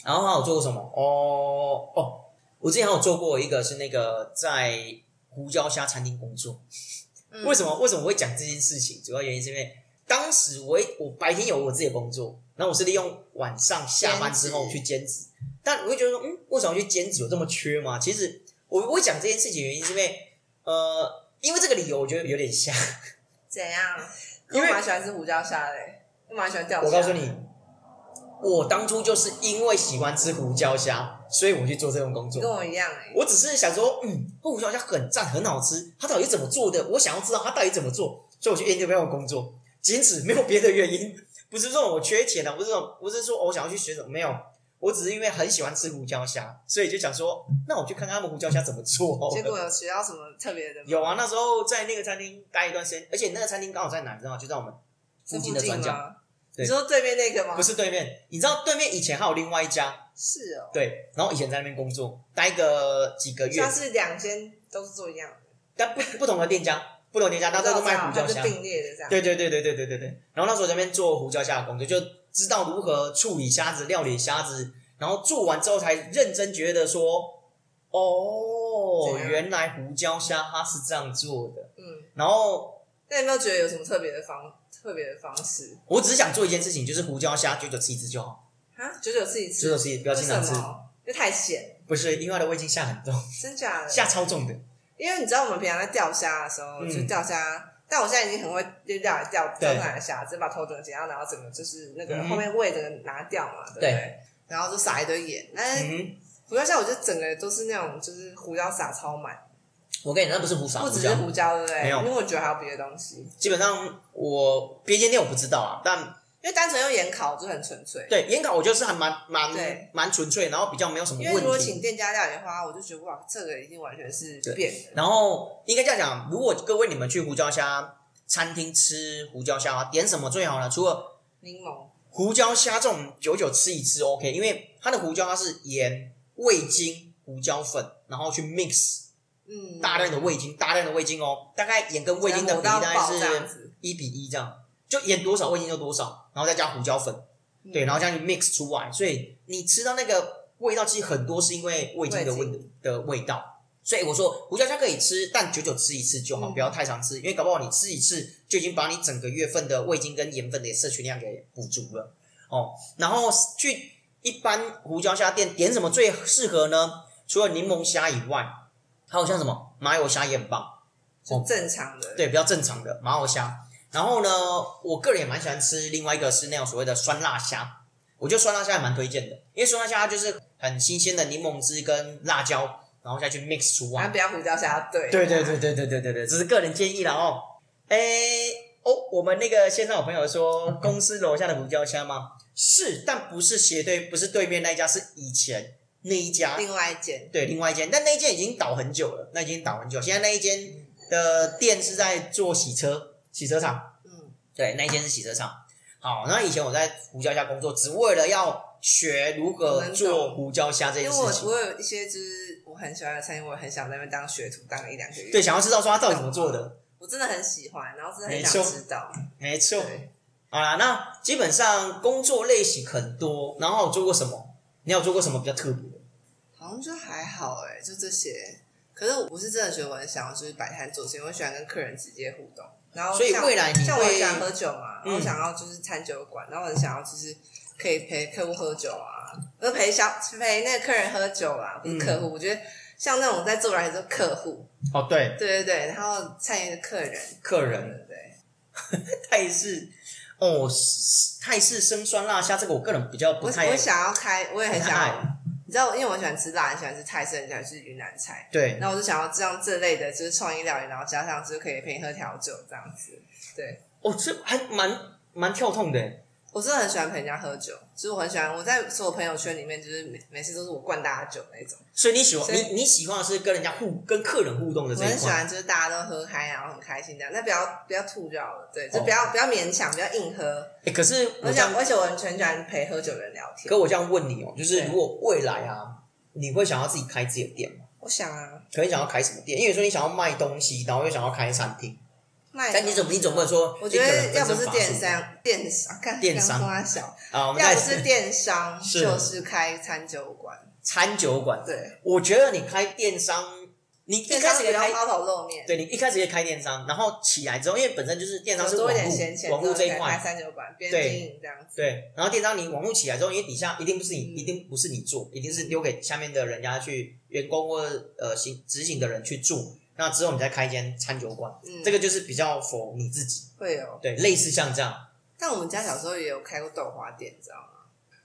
[SPEAKER 2] 然后还有做过什么？哦哦，我之前还有做过一个是那个在胡椒虾餐厅工作。
[SPEAKER 1] 嗯
[SPEAKER 2] 为什么为什么我会讲这件事情？主要原因是因为当时我也我白天有我自己的工作，然后我是利用晚上下班之后
[SPEAKER 1] 兼职
[SPEAKER 2] 去兼职。但我会觉得说，嗯，为什么要去兼职有这么缺吗？其实我我会讲这件事情的原因是因为，呃，因为这个理由我觉得有点瞎。
[SPEAKER 1] 怎样？
[SPEAKER 2] 因
[SPEAKER 1] 因
[SPEAKER 2] 为
[SPEAKER 1] 为蛮喜欢吃胡椒虾的欸，我蛮喜欢钓虾。
[SPEAKER 2] 我告诉你，我当初就是因为喜欢吃胡椒虾，所以我去做这份工
[SPEAKER 1] 你跟
[SPEAKER 2] 作。
[SPEAKER 1] 我一样哎、
[SPEAKER 2] 我只是想说，嗯，胡椒虾很赞，很好吃，它到底是怎么做的？我想要知道它到底怎么做，所以我去研究这份工作，仅此没有别的原因。不是说我缺钱啊，不是说不是说我想要去学什么，没有，我只是因为很喜欢吃胡椒虾，所以就想说，那我去看看他们胡椒虾怎么做好了。
[SPEAKER 1] 结果有学到什么特别的吗？
[SPEAKER 2] (laughs) 有啊，那时候在那个餐厅待一段时间，而且那个餐厅刚好在哪，你知道吗？就在我们
[SPEAKER 1] 是
[SPEAKER 2] 附近
[SPEAKER 1] 近
[SPEAKER 2] 的转角，
[SPEAKER 1] 吗？
[SPEAKER 2] 对
[SPEAKER 1] 你说对面那个吗？
[SPEAKER 2] 不，是对面。你知道对面以前还有另外一家，
[SPEAKER 1] 是哦，
[SPEAKER 2] 对，然后以前在那边工作，待个几个月
[SPEAKER 1] 它，是两间都是做一样的，
[SPEAKER 2] 但不不同的店家，不同的店家，他都是卖胡椒
[SPEAKER 1] 它是
[SPEAKER 2] 虾。
[SPEAKER 1] 并列的这样。
[SPEAKER 2] 对对对对对对对对。然后那时候我在那边做胡椒虾的工作，就知道如何处理虾子、料理虾子，然后做完之后才认真觉得说，哦
[SPEAKER 1] 怎，样
[SPEAKER 2] 原来胡椒虾它是这样做的。
[SPEAKER 1] 嗯，
[SPEAKER 2] 然后
[SPEAKER 1] 那有没有觉得有什么特别的方特别的方式
[SPEAKER 2] 我只是想做一件事情，就是胡椒虾久久吃一只就好，
[SPEAKER 1] 啊？九九自己
[SPEAKER 2] 久
[SPEAKER 1] 吃
[SPEAKER 2] 久，吃一只，不要
[SPEAKER 1] 为
[SPEAKER 2] 经
[SPEAKER 1] 什
[SPEAKER 2] 常吃。
[SPEAKER 1] 么？因为太咸，
[SPEAKER 2] 不是，因为它的味精下很重，
[SPEAKER 1] 真假的？
[SPEAKER 2] 下超重的。
[SPEAKER 1] 因为你知道我们平常在钓虾的时候，
[SPEAKER 2] 嗯
[SPEAKER 1] 就钓虾，但我现在已经很会就钓钓
[SPEAKER 2] 对
[SPEAKER 1] 钓上来的虾，只是把头整个剪掉，然后整个就是那个
[SPEAKER 2] 嗯
[SPEAKER 1] 后面胃整个拿掉嘛，对不
[SPEAKER 2] 对
[SPEAKER 1] 对？然后就撒一堆盐，但是
[SPEAKER 2] 嗯，
[SPEAKER 1] 胡椒虾我就整个都是那种就是胡椒撒超满，
[SPEAKER 2] 我跟你那不是胡撒
[SPEAKER 1] 不
[SPEAKER 2] 胡
[SPEAKER 1] 只
[SPEAKER 2] 椒
[SPEAKER 1] 是，胡椒，对不
[SPEAKER 2] 没
[SPEAKER 1] 对？
[SPEAKER 2] 有
[SPEAKER 1] 因为我觉得还有别的东西，
[SPEAKER 2] 基本上我别间店我不知道啊，但
[SPEAKER 1] 因为单纯用盐烤就很纯粹。
[SPEAKER 2] 对研烤我就是还蛮蛮
[SPEAKER 1] 对
[SPEAKER 2] 蛮纯粹，然后比较没有什么
[SPEAKER 1] 因为如果
[SPEAKER 2] 问题。
[SPEAKER 1] 请店家料理的话，我就觉得哇，这个已经完全是
[SPEAKER 2] 对
[SPEAKER 1] 变的。
[SPEAKER 2] 然后应该这样讲，如果各位你们去胡椒虾餐厅吃胡椒虾，点什么最好呢？除了
[SPEAKER 1] 柠檬，
[SPEAKER 2] 胡椒虾这种久久吃一次 OK，因为它的胡椒它是盐、味精、胡椒粉，然后去 mix
[SPEAKER 1] 嗯，
[SPEAKER 2] 大量的味精，大量的味精哦，大概盐跟味精的比例大
[SPEAKER 1] 抹到
[SPEAKER 2] 概
[SPEAKER 1] 爆这样
[SPEAKER 2] 是
[SPEAKER 1] 子
[SPEAKER 2] 一比一这样，就盐多少味精就多少，然后再加胡椒粉，
[SPEAKER 1] 嗯
[SPEAKER 2] 对，然后这样去 mix 出来，所以你吃到那个味道，其实很多是因为味精的
[SPEAKER 1] 味
[SPEAKER 2] 味
[SPEAKER 1] 精
[SPEAKER 2] 的味道。所以我说胡椒虾可以吃，但久久吃一次就好，
[SPEAKER 1] 嗯
[SPEAKER 2] 不要太常吃，因为搞不好你吃一次就已经把你整个月份的味精跟盐分的摄取量给补足了哦。然后去一般胡椒虾店点什么最适合呢？除了柠檬虾以外，还有像什么麻油虾也很棒，
[SPEAKER 1] 就正常的，
[SPEAKER 2] 对，比较正常的麻油虾。然后呢，我个人也蛮喜欢吃另外一个是那种所谓的酸辣虾，我觉得酸辣虾还蛮推荐的，因为酸辣虾它就是很新鲜的柠檬汁跟辣椒，然后再去 mix 出
[SPEAKER 1] 然后
[SPEAKER 2] 来。
[SPEAKER 1] 不要胡椒虾，对，
[SPEAKER 2] 对对对对对对对对，这是个人建议啦哦。诶哦，我们那个线上有朋友说公司楼下的胡椒虾吗？是，但不是斜对，不是对面那一家，是以前那一家
[SPEAKER 1] 另外一间，
[SPEAKER 2] 对，另外一间，但那一间已经倒很久了，那已经倒很久。现在那一间的店是在做洗车，洗车场，
[SPEAKER 1] 嗯，
[SPEAKER 2] 对，那一间是洗车场。好，那以前我在胡椒虾工作，只为了要学
[SPEAKER 1] 我
[SPEAKER 2] 如何
[SPEAKER 1] 能懂
[SPEAKER 2] 做胡椒虾这
[SPEAKER 1] 因
[SPEAKER 2] 件
[SPEAKER 1] 为
[SPEAKER 2] 事
[SPEAKER 1] 我
[SPEAKER 2] 情，
[SPEAKER 1] 我有一些就是我很喜欢的餐厅，我很想在那边当学徒，当个一两个月，
[SPEAKER 2] 对，想要知道说它到底怎么做的。
[SPEAKER 1] 我真的很喜欢，然后真的
[SPEAKER 2] 没
[SPEAKER 1] 很
[SPEAKER 2] 错
[SPEAKER 1] 想知道，
[SPEAKER 2] 没错，
[SPEAKER 1] 对，
[SPEAKER 2] 好啦，那基本上工作类型很多，然后我做过什么？你有做过什么比较特别的？
[SPEAKER 1] 好像就还好哎、就这些。可是我不是真的觉得我很想要就是摆摊做事，因为我喜欢跟客人直接互动。然后
[SPEAKER 2] 所以
[SPEAKER 1] 像
[SPEAKER 2] 未来你
[SPEAKER 1] 像我
[SPEAKER 2] 会
[SPEAKER 1] 很喜欢喝酒嘛，然后
[SPEAKER 2] 嗯
[SPEAKER 1] 想要就是餐酒馆，然后我很想要就是可以陪客户喝酒啊，呃陪小陪那个客人喝酒啊，
[SPEAKER 2] 嗯
[SPEAKER 1] 不是客户。我觉得像那种在做软件做客户，
[SPEAKER 2] 哦，对，
[SPEAKER 1] 对对对，然后餐饮的客人，
[SPEAKER 2] 客
[SPEAKER 1] 对
[SPEAKER 2] 人
[SPEAKER 1] 对对，
[SPEAKER 2] 泰式，哦，泰式生酸辣虾这个我个人比较
[SPEAKER 1] 我
[SPEAKER 2] 不太
[SPEAKER 1] 我想要开，我也很想
[SPEAKER 2] 太
[SPEAKER 1] 要
[SPEAKER 2] 爱，
[SPEAKER 1] 你知道，因为我很喜欢吃辣，很喜欢吃泰式，很喜欢吃云南菜。
[SPEAKER 2] 对，
[SPEAKER 1] 那我就想要这样这类的，就是创意料理，然后加上就是可以陪你喝调酒这样子。对，
[SPEAKER 2] 哦，这还蛮蛮跳痛的耶，
[SPEAKER 1] 我真的很喜欢陪人家喝酒，就是我很喜欢我在所有朋友圈里面，就是每每次都是我灌大家酒那种。
[SPEAKER 2] 所以你喜欢
[SPEAKER 1] 所以
[SPEAKER 2] 你你喜欢的是跟人家互跟客人互动
[SPEAKER 1] 我
[SPEAKER 2] 的这一
[SPEAKER 1] 很喜
[SPEAKER 2] 块，
[SPEAKER 1] 欢就是大家都喝嗨，然后很开心这样，但不要不要吐就好了，对，就不要、不要勉强，不要硬喝。
[SPEAKER 2] 欸可是哦我
[SPEAKER 1] 我
[SPEAKER 2] 这样
[SPEAKER 1] 想，，而且我很很喜欢陪喝酒的人聊天。
[SPEAKER 2] 可我这样问你哦、就是
[SPEAKER 1] 对
[SPEAKER 2] 如果未来啊，你会想要自己开自己的店吗？
[SPEAKER 1] 我想啊，
[SPEAKER 2] 可能想要开什么店？因为说你想要卖东西，然后又想要开餐厅，
[SPEAKER 1] 卖
[SPEAKER 2] 但你怎么你总不能说
[SPEAKER 1] 啊我
[SPEAKER 2] 一
[SPEAKER 1] 觉
[SPEAKER 2] 个人
[SPEAKER 1] 得要
[SPEAKER 2] 分
[SPEAKER 1] 不
[SPEAKER 2] 身
[SPEAKER 1] 是
[SPEAKER 2] 乏
[SPEAKER 1] 电
[SPEAKER 2] 术
[SPEAKER 1] 商，电商，看
[SPEAKER 2] 电商
[SPEAKER 1] 花小，
[SPEAKER 2] 啊？我们
[SPEAKER 1] 要
[SPEAKER 2] 再
[SPEAKER 1] 不是电商，
[SPEAKER 2] 是
[SPEAKER 1] 就是开餐酒馆。
[SPEAKER 2] 餐酒馆，
[SPEAKER 1] 对，
[SPEAKER 2] 我觉得你开电商，你一
[SPEAKER 1] 电
[SPEAKER 2] 开
[SPEAKER 1] 商
[SPEAKER 2] 始
[SPEAKER 1] 比
[SPEAKER 2] 也开
[SPEAKER 1] 较抛头露面，
[SPEAKER 2] 对你一开始也开电商，然后起来之后，因为本身就是电商是
[SPEAKER 1] 有多一
[SPEAKER 2] 网
[SPEAKER 1] 点闲
[SPEAKER 2] 络
[SPEAKER 1] 钱
[SPEAKER 2] 网
[SPEAKER 1] 之后
[SPEAKER 2] 络这一
[SPEAKER 1] 再开
[SPEAKER 2] 块，
[SPEAKER 1] 餐酒馆，边
[SPEAKER 2] 对
[SPEAKER 1] 经营这样子。
[SPEAKER 2] 对，然后电商你网络起来之后，因为底下一定不是你，
[SPEAKER 1] 嗯
[SPEAKER 2] 一定不是你做，一定是丢给下面的人家去员工或呃行执行的人去做。那之后你再开一间餐酒馆，
[SPEAKER 1] 嗯，
[SPEAKER 2] 这个就是比较否你自己，
[SPEAKER 1] 会有。
[SPEAKER 2] 对，类似像这样
[SPEAKER 1] 但我们家小时候也有开过豆花店，你知道吗？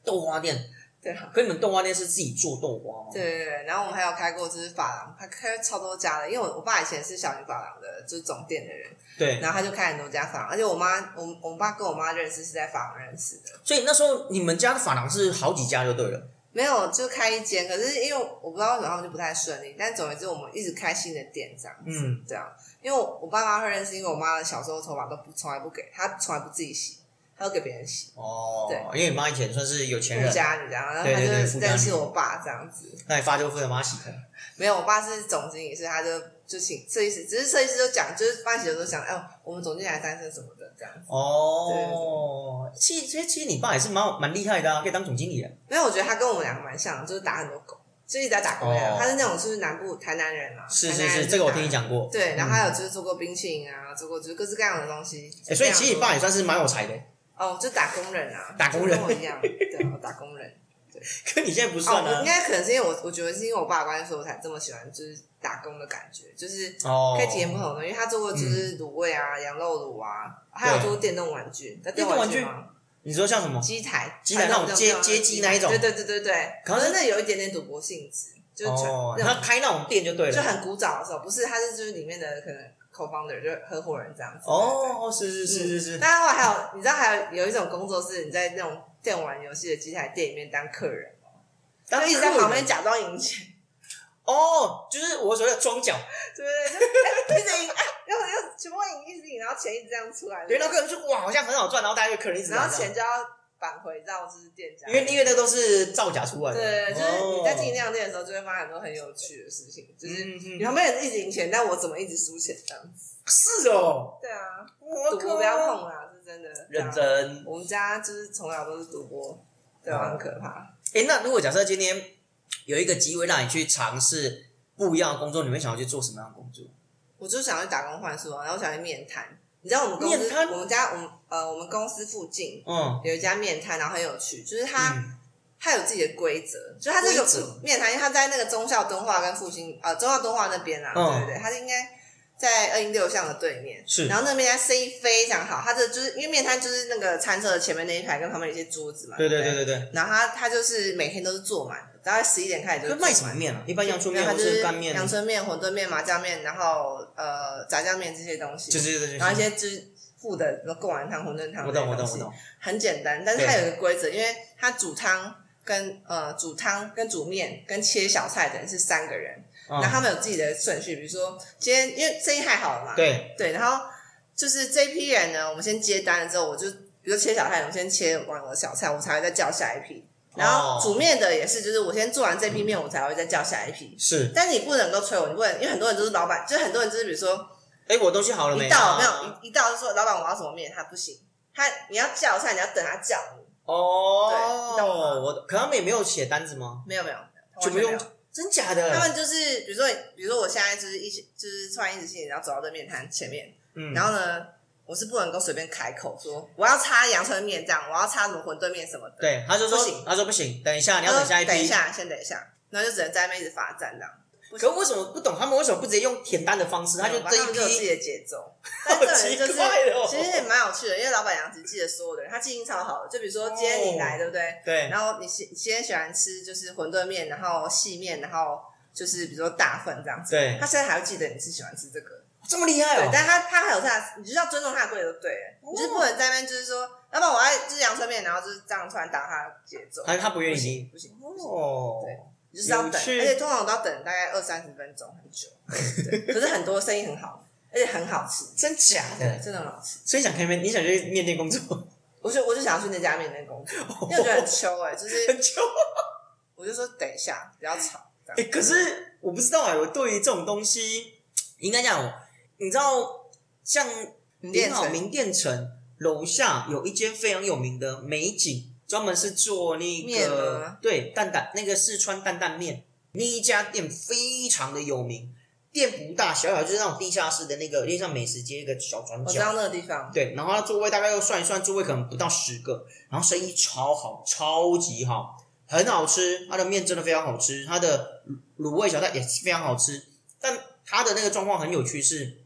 [SPEAKER 2] 豆花店。
[SPEAKER 1] 对啊。
[SPEAKER 2] 可你们豆花店是自己做豆花吗？
[SPEAKER 1] 对，对对，然后我们还有开过就是发廊，他开超多家的，因为我我爸以前是小林发廊的，就是总店的人，
[SPEAKER 2] 对，
[SPEAKER 1] 然后他就开很多家发廊，而且我妈，我我爸跟我妈认识是在发廊认识的，
[SPEAKER 2] 所以那时候你们家的发廊是好几家就对了。
[SPEAKER 1] 没有，就开一间，可是因为我不知道为什么他们就不太顺利，但总而言之，我们一直开新的店这样子，
[SPEAKER 2] 嗯，
[SPEAKER 1] 这样，因为我我爸妈会认识，因为我妈小时候头发都不从来不给她，从来不自己洗，她都给别人洗，
[SPEAKER 2] 哦，
[SPEAKER 1] 对
[SPEAKER 2] 因为你妈以前算是有钱
[SPEAKER 1] 富
[SPEAKER 2] 人，
[SPEAKER 1] 家女这样，然后
[SPEAKER 2] 对
[SPEAKER 1] 她
[SPEAKER 2] 对对
[SPEAKER 1] 就
[SPEAKER 2] 富家
[SPEAKER 1] 认识
[SPEAKER 2] 女
[SPEAKER 1] 我爸这样子，
[SPEAKER 2] 那你发就负责帮她洗头。
[SPEAKER 1] 没有，我爸是总经理，所以他就就请设计师，只是设计师就讲，就是办写都讲，哎、我们总经理还单身什么的这样子。
[SPEAKER 2] 哦，其实其实其实你爸也是蛮蛮厉害的啊，可以当总经理的。
[SPEAKER 1] 没有，我觉得他跟我们两个蛮像，就是打很多狗，就一直在打狗那样。
[SPEAKER 2] 哦
[SPEAKER 1] 他是那种就是南部台南人啊，
[SPEAKER 2] 是
[SPEAKER 1] 台
[SPEAKER 2] 是
[SPEAKER 1] 南人
[SPEAKER 2] 是，
[SPEAKER 1] 就
[SPEAKER 2] 这个我
[SPEAKER 1] 打
[SPEAKER 2] 听你。讲过。
[SPEAKER 1] 对，然后
[SPEAKER 2] 嗯
[SPEAKER 1] 还有就是做过冰淇淋啊，做过就是各式各样的东西。
[SPEAKER 2] 欸所以其实你爸也算是蛮有才的， (laughs)
[SPEAKER 1] 哦，就打工人啊，
[SPEAKER 2] 打工人
[SPEAKER 1] 就跟我一样，对，我打工人。
[SPEAKER 2] 可你现在不
[SPEAKER 1] 哦
[SPEAKER 2] (laughs) 算，
[SPEAKER 1] 我应
[SPEAKER 2] 啊。
[SPEAKER 1] 该可能是因为我，我觉得是因为我爸的关系，所以我才这么喜欢就是打工的感觉，就是
[SPEAKER 2] 哦嗯
[SPEAKER 1] 可以体验不同的东西。因为他做过就是卤味啊、羊肉卤啊，还有做过电动玩具。那
[SPEAKER 2] 电
[SPEAKER 1] 电
[SPEAKER 2] 动
[SPEAKER 1] 动
[SPEAKER 2] 玩具
[SPEAKER 1] 吗
[SPEAKER 2] 你说像什么？
[SPEAKER 1] 机台，
[SPEAKER 2] 机台那种
[SPEAKER 1] 传统
[SPEAKER 2] 街
[SPEAKER 1] 电动玩具
[SPEAKER 2] 街机那一种
[SPEAKER 1] 对对对对对。
[SPEAKER 2] 可
[SPEAKER 1] 可
[SPEAKER 2] 是
[SPEAKER 1] 是那有一点点赌博性质，就是传
[SPEAKER 2] 哦，
[SPEAKER 1] 那
[SPEAKER 2] 他
[SPEAKER 1] 种
[SPEAKER 2] 开那种店就对
[SPEAKER 1] 就
[SPEAKER 2] 了。
[SPEAKER 1] 很古早的时候，不是，他是就是里面的可能 co-founder 就是合伙人这样子。对。
[SPEAKER 2] 哦，是是是是
[SPEAKER 1] 对
[SPEAKER 2] 是，
[SPEAKER 1] 但后来还有，你知道还有有一种工作是你在那种电玩游戏的机台店里面当客人，
[SPEAKER 2] 当
[SPEAKER 1] 就一直在旁边假装赢钱，
[SPEAKER 2] 哦，就是我所谓的装脚，
[SPEAKER 1] 对对对，就一直赢，啊然后又全部赢一直赢，然后钱一直这样出来，
[SPEAKER 2] 对，那客人就哇，好像很好赚，然后大家就客人一直来
[SPEAKER 1] 然后
[SPEAKER 2] 这
[SPEAKER 1] 钱
[SPEAKER 2] 样，
[SPEAKER 1] 就要返回到就是店家，
[SPEAKER 2] 啊因为因为那都是造假出来的，
[SPEAKER 1] 对，就是你在经营
[SPEAKER 2] 哦
[SPEAKER 1] 量店的时候，就会发生很多很有趣的事情，就是
[SPEAKER 2] 嗯
[SPEAKER 1] 你
[SPEAKER 2] 嗯
[SPEAKER 1] 旁边人一直赢钱，但我怎么一直输钱这样子？
[SPEAKER 2] 是哦，
[SPEAKER 1] 对啊，
[SPEAKER 2] 我
[SPEAKER 1] 赌博不要，碰啊，是真的。对啊
[SPEAKER 2] 认，真。
[SPEAKER 1] 我们家就是从小都是赌博，对
[SPEAKER 2] 嗯
[SPEAKER 1] 啊，很可怕。
[SPEAKER 2] 哎，那如果假设今天有一个机会让你去尝试不一样的工作，你会想要去做什么样的工作？
[SPEAKER 1] 我就想去打工换宿啊，然后想去面摊。你知道我们公司
[SPEAKER 2] 面摊，
[SPEAKER 1] 我们家，我们呃，我们公司附近
[SPEAKER 2] 嗯，
[SPEAKER 1] 有一家面摊，然后很有趣，就是它。
[SPEAKER 2] 嗯
[SPEAKER 1] 它有自己的规则，就它这
[SPEAKER 2] 规则
[SPEAKER 1] 个面谈，因为它在那个中校敦化跟复兴呃中校敦化那边啊，
[SPEAKER 2] 嗯
[SPEAKER 1] 对对对，它是应该在二零六巷的对面。
[SPEAKER 2] 是
[SPEAKER 1] 然后那边家生意非常好，它的就是因为面摊就是那个餐车的前面那一排跟旁边有一些桌子嘛，
[SPEAKER 2] 对对
[SPEAKER 1] 不
[SPEAKER 2] 对对对。
[SPEAKER 1] 然后它它就是每天都是坐满的，大概十一点开始就
[SPEAKER 2] 那
[SPEAKER 1] 是
[SPEAKER 2] 卖
[SPEAKER 1] 坐
[SPEAKER 2] 什么
[SPEAKER 1] 满
[SPEAKER 2] 面啊？一般洋葱面
[SPEAKER 1] 没有
[SPEAKER 2] 或
[SPEAKER 1] 它就是
[SPEAKER 2] 是干面，
[SPEAKER 1] 阳春面、馄饨面、麻酱面，然后呃炸酱面这些东西，
[SPEAKER 2] 就是就是。
[SPEAKER 1] 然后一些就是附的什么贡丸汤、馄饨汤
[SPEAKER 2] 我
[SPEAKER 1] 这些
[SPEAKER 2] 懂我
[SPEAKER 1] 东
[SPEAKER 2] 懂我
[SPEAKER 1] 西。
[SPEAKER 2] 懂。
[SPEAKER 1] 很简单，但是它有一个规则，因为它煮汤跟呃煮汤跟煮面跟切小菜的人是三个人，然后
[SPEAKER 2] 嗯，
[SPEAKER 1] 他们有自己的顺序，比如说今天因为生意太好了嘛，
[SPEAKER 2] 对，
[SPEAKER 1] 然后就是这一批人呢，我们先接单了之后，我就比如说切小菜，我先切完我的小菜，我才会再叫下一批。然
[SPEAKER 2] 哦
[SPEAKER 1] 后煮面的也是，就是我先做完这批面，我才会再叫下一批。
[SPEAKER 2] 是。
[SPEAKER 1] 但你不能够催我，你不能，因为很多人就是老板，就是很多人就是比如说
[SPEAKER 2] 哎，我东西好了没
[SPEAKER 1] 一
[SPEAKER 2] 啊？
[SPEAKER 1] 到没有一一到就说老板我要什么面，他不行，他你要叫菜，你要等他叫你，
[SPEAKER 2] 哦，
[SPEAKER 1] 对你懂吗
[SPEAKER 2] 我懂可他们也没有写单子吗？
[SPEAKER 1] 没有没
[SPEAKER 2] (laughs)
[SPEAKER 1] 有，
[SPEAKER 2] 就
[SPEAKER 1] 完全
[SPEAKER 2] 不
[SPEAKER 1] 没
[SPEAKER 2] 用
[SPEAKER 1] 有。，
[SPEAKER 2] 真假
[SPEAKER 1] 他
[SPEAKER 2] 的？
[SPEAKER 1] 们就是比如说比如说我现在就是一起就是突然一直心里，然后走到这面摊前面，
[SPEAKER 2] 嗯，
[SPEAKER 1] 然后呢，我是不能够随便开口说我要擦阳春面这样，我要擦什么馄饨面什么的，
[SPEAKER 2] 对，他就说
[SPEAKER 1] 不行，
[SPEAKER 2] 他说不行，等一下，你要
[SPEAKER 1] 他
[SPEAKER 2] 等
[SPEAKER 1] 说
[SPEAKER 2] 下一
[SPEAKER 1] 等一
[SPEAKER 2] 批。
[SPEAKER 1] 下，先等一下，然后就只能在那边一直罚站这样。
[SPEAKER 2] 可为什么不懂？他们为什么不直接用填单的方式？他就
[SPEAKER 1] 没有
[SPEAKER 2] 这
[SPEAKER 1] 他们就有自
[SPEAKER 2] 一批，
[SPEAKER 1] 己的节奏，
[SPEAKER 2] 好
[SPEAKER 1] 但这种人就
[SPEAKER 2] 奇
[SPEAKER 1] 是
[SPEAKER 2] 怪的哦。
[SPEAKER 1] 其实也蛮有趣的，因为老板娘只记得所有的人，她记性超好的。就比如说今天你来，对不对？
[SPEAKER 2] 哦对，
[SPEAKER 1] 然后你喜今天喜欢吃就是馄饨面，然后细面，然后就是比如说大份这样子。
[SPEAKER 2] 对
[SPEAKER 1] 他现在还会记得你是喜欢吃这个，
[SPEAKER 2] 这么厉害
[SPEAKER 1] 对，
[SPEAKER 2] 哦！
[SPEAKER 1] 但他他还有他，你就是要尊重他的规则，对了，你就是不能在那边就是说，要不然我爱就是阳春面，然后就是这样突然打他的节奏，
[SPEAKER 2] 他他不愿
[SPEAKER 1] 不
[SPEAKER 2] 意
[SPEAKER 1] 行不行，
[SPEAKER 2] 哦，
[SPEAKER 1] 你就是要等，
[SPEAKER 2] 有
[SPEAKER 1] 而
[SPEAKER 2] 趣
[SPEAKER 1] 且通常都要等大概二三十分钟，很久。对，可是很多生意很好，而且很好
[SPEAKER 2] (laughs)
[SPEAKER 1] 吃，
[SPEAKER 2] 真假的？
[SPEAKER 1] 真的很好吃。
[SPEAKER 2] 所以想开面，你想去面店工作？
[SPEAKER 1] 我就我就想要去那家面店
[SPEAKER 2] (laughs)
[SPEAKER 1] 工作，因为我觉得很秋哎、就是
[SPEAKER 2] 很久
[SPEAKER 1] 我就说等一下，不要吵，这
[SPEAKER 2] 哎、
[SPEAKER 1] 样
[SPEAKER 2] 可是我不知道哎、我对于这种东西，应该讲，你知道，像
[SPEAKER 1] 你
[SPEAKER 2] 你
[SPEAKER 1] 练
[SPEAKER 2] 好
[SPEAKER 1] 成
[SPEAKER 2] 名店城楼下有一间非常有名的美景，专门是做那
[SPEAKER 1] 面
[SPEAKER 2] 个
[SPEAKER 1] 吗
[SPEAKER 2] 对蛋蛋那个四川担担面那一家店非常的有名，店不大，小小就是那种地下室的那个，有点像美食街一个小转
[SPEAKER 1] 我知
[SPEAKER 2] 角。
[SPEAKER 1] 道那个地方，
[SPEAKER 2] 对，然后它座位大概又算一算，座位可能不到十个，然后生意超好，超级好，很好吃，它的面真的非常好吃，它的卤味小菜也是非常好吃，但它的那个状况很有趣是，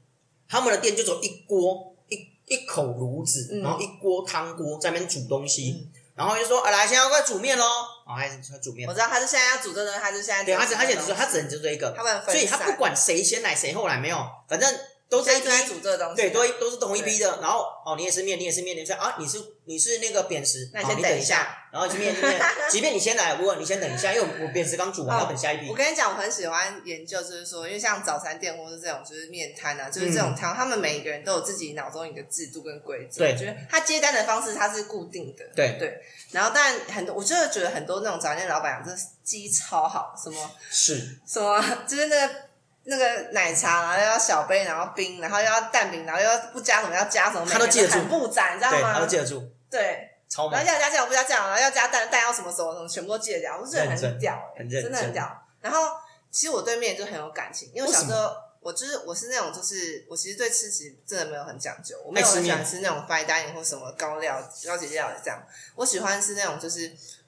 [SPEAKER 2] 他们的店就只有一锅一一口炉子，
[SPEAKER 1] 嗯
[SPEAKER 2] 然后一锅汤锅在那边煮东西，
[SPEAKER 1] 嗯
[SPEAKER 2] 然后就说啊来现在要快煮面喽，啊然后开始煮面
[SPEAKER 1] 我，知道他是现在要煮这个东西，他就现在
[SPEAKER 2] 对，他只他只
[SPEAKER 1] 煮
[SPEAKER 2] 说他只能就这一个，
[SPEAKER 1] 他们
[SPEAKER 2] 所以他不管谁先来谁后来没有，反正都
[SPEAKER 1] 都
[SPEAKER 2] 是一
[SPEAKER 1] 在正在
[SPEAKER 2] 批
[SPEAKER 1] 煮这个东西，
[SPEAKER 2] 对，都都是同一批的。然后哦，你也是面，你也是面，你也是啊，你是你是那个扁食，
[SPEAKER 1] 那你
[SPEAKER 2] 好
[SPEAKER 1] 先
[SPEAKER 2] 你
[SPEAKER 1] 等
[SPEAKER 2] 一
[SPEAKER 1] 一
[SPEAKER 2] 下
[SPEAKER 1] 下，
[SPEAKER 2] 然后你
[SPEAKER 1] (laughs)
[SPEAKER 2] 面面，即便你先来，我你先等一下，因为我我扁食刚煮完，
[SPEAKER 1] 哦
[SPEAKER 2] 要等下一批
[SPEAKER 1] 我。跟你讲，我很喜欢研究，就是说，因为像早餐店或是这种就是面摊
[SPEAKER 2] 嗯
[SPEAKER 1] 啊，就是这种汤，他们每一个人都有自己脑中一个制度跟规则。
[SPEAKER 2] 对
[SPEAKER 1] 就是他接单的方式它是固定的。
[SPEAKER 2] 对
[SPEAKER 1] 对。然后，但很多，我真的觉得很多那种早餐店老板娘真的记忆超好，什么
[SPEAKER 2] 是，
[SPEAKER 1] 什么，就是那个那个奶茶，然后要小杯，然后冰，然后又要蛋饼，然后又要不加什么，要加什么，
[SPEAKER 2] 他都记得住
[SPEAKER 1] 每个人很复杂，你知道
[SPEAKER 2] 对，他都
[SPEAKER 1] 吗？
[SPEAKER 2] 记得住，
[SPEAKER 1] 对。
[SPEAKER 2] 超
[SPEAKER 1] 然
[SPEAKER 2] 猛
[SPEAKER 1] 后，要加酱油不加酱油，啊然后要加蛋蛋要什么什么什么，全部都记得掉，我就觉得
[SPEAKER 2] 认真
[SPEAKER 1] 很屌、欸，
[SPEAKER 2] 很认
[SPEAKER 1] 真的很
[SPEAKER 2] 真
[SPEAKER 1] 屌。然后其实我对面就很有感情，因为我小
[SPEAKER 2] 为
[SPEAKER 1] 时
[SPEAKER 2] 什么
[SPEAKER 1] 候我就是我是那种就是我其实对吃其实真的没有很讲究，我没有
[SPEAKER 2] 爱吃
[SPEAKER 1] 很喜欢
[SPEAKER 2] 面
[SPEAKER 1] 吃那种 fine dining 或什么高料高级料理这样，我喜欢是那种就是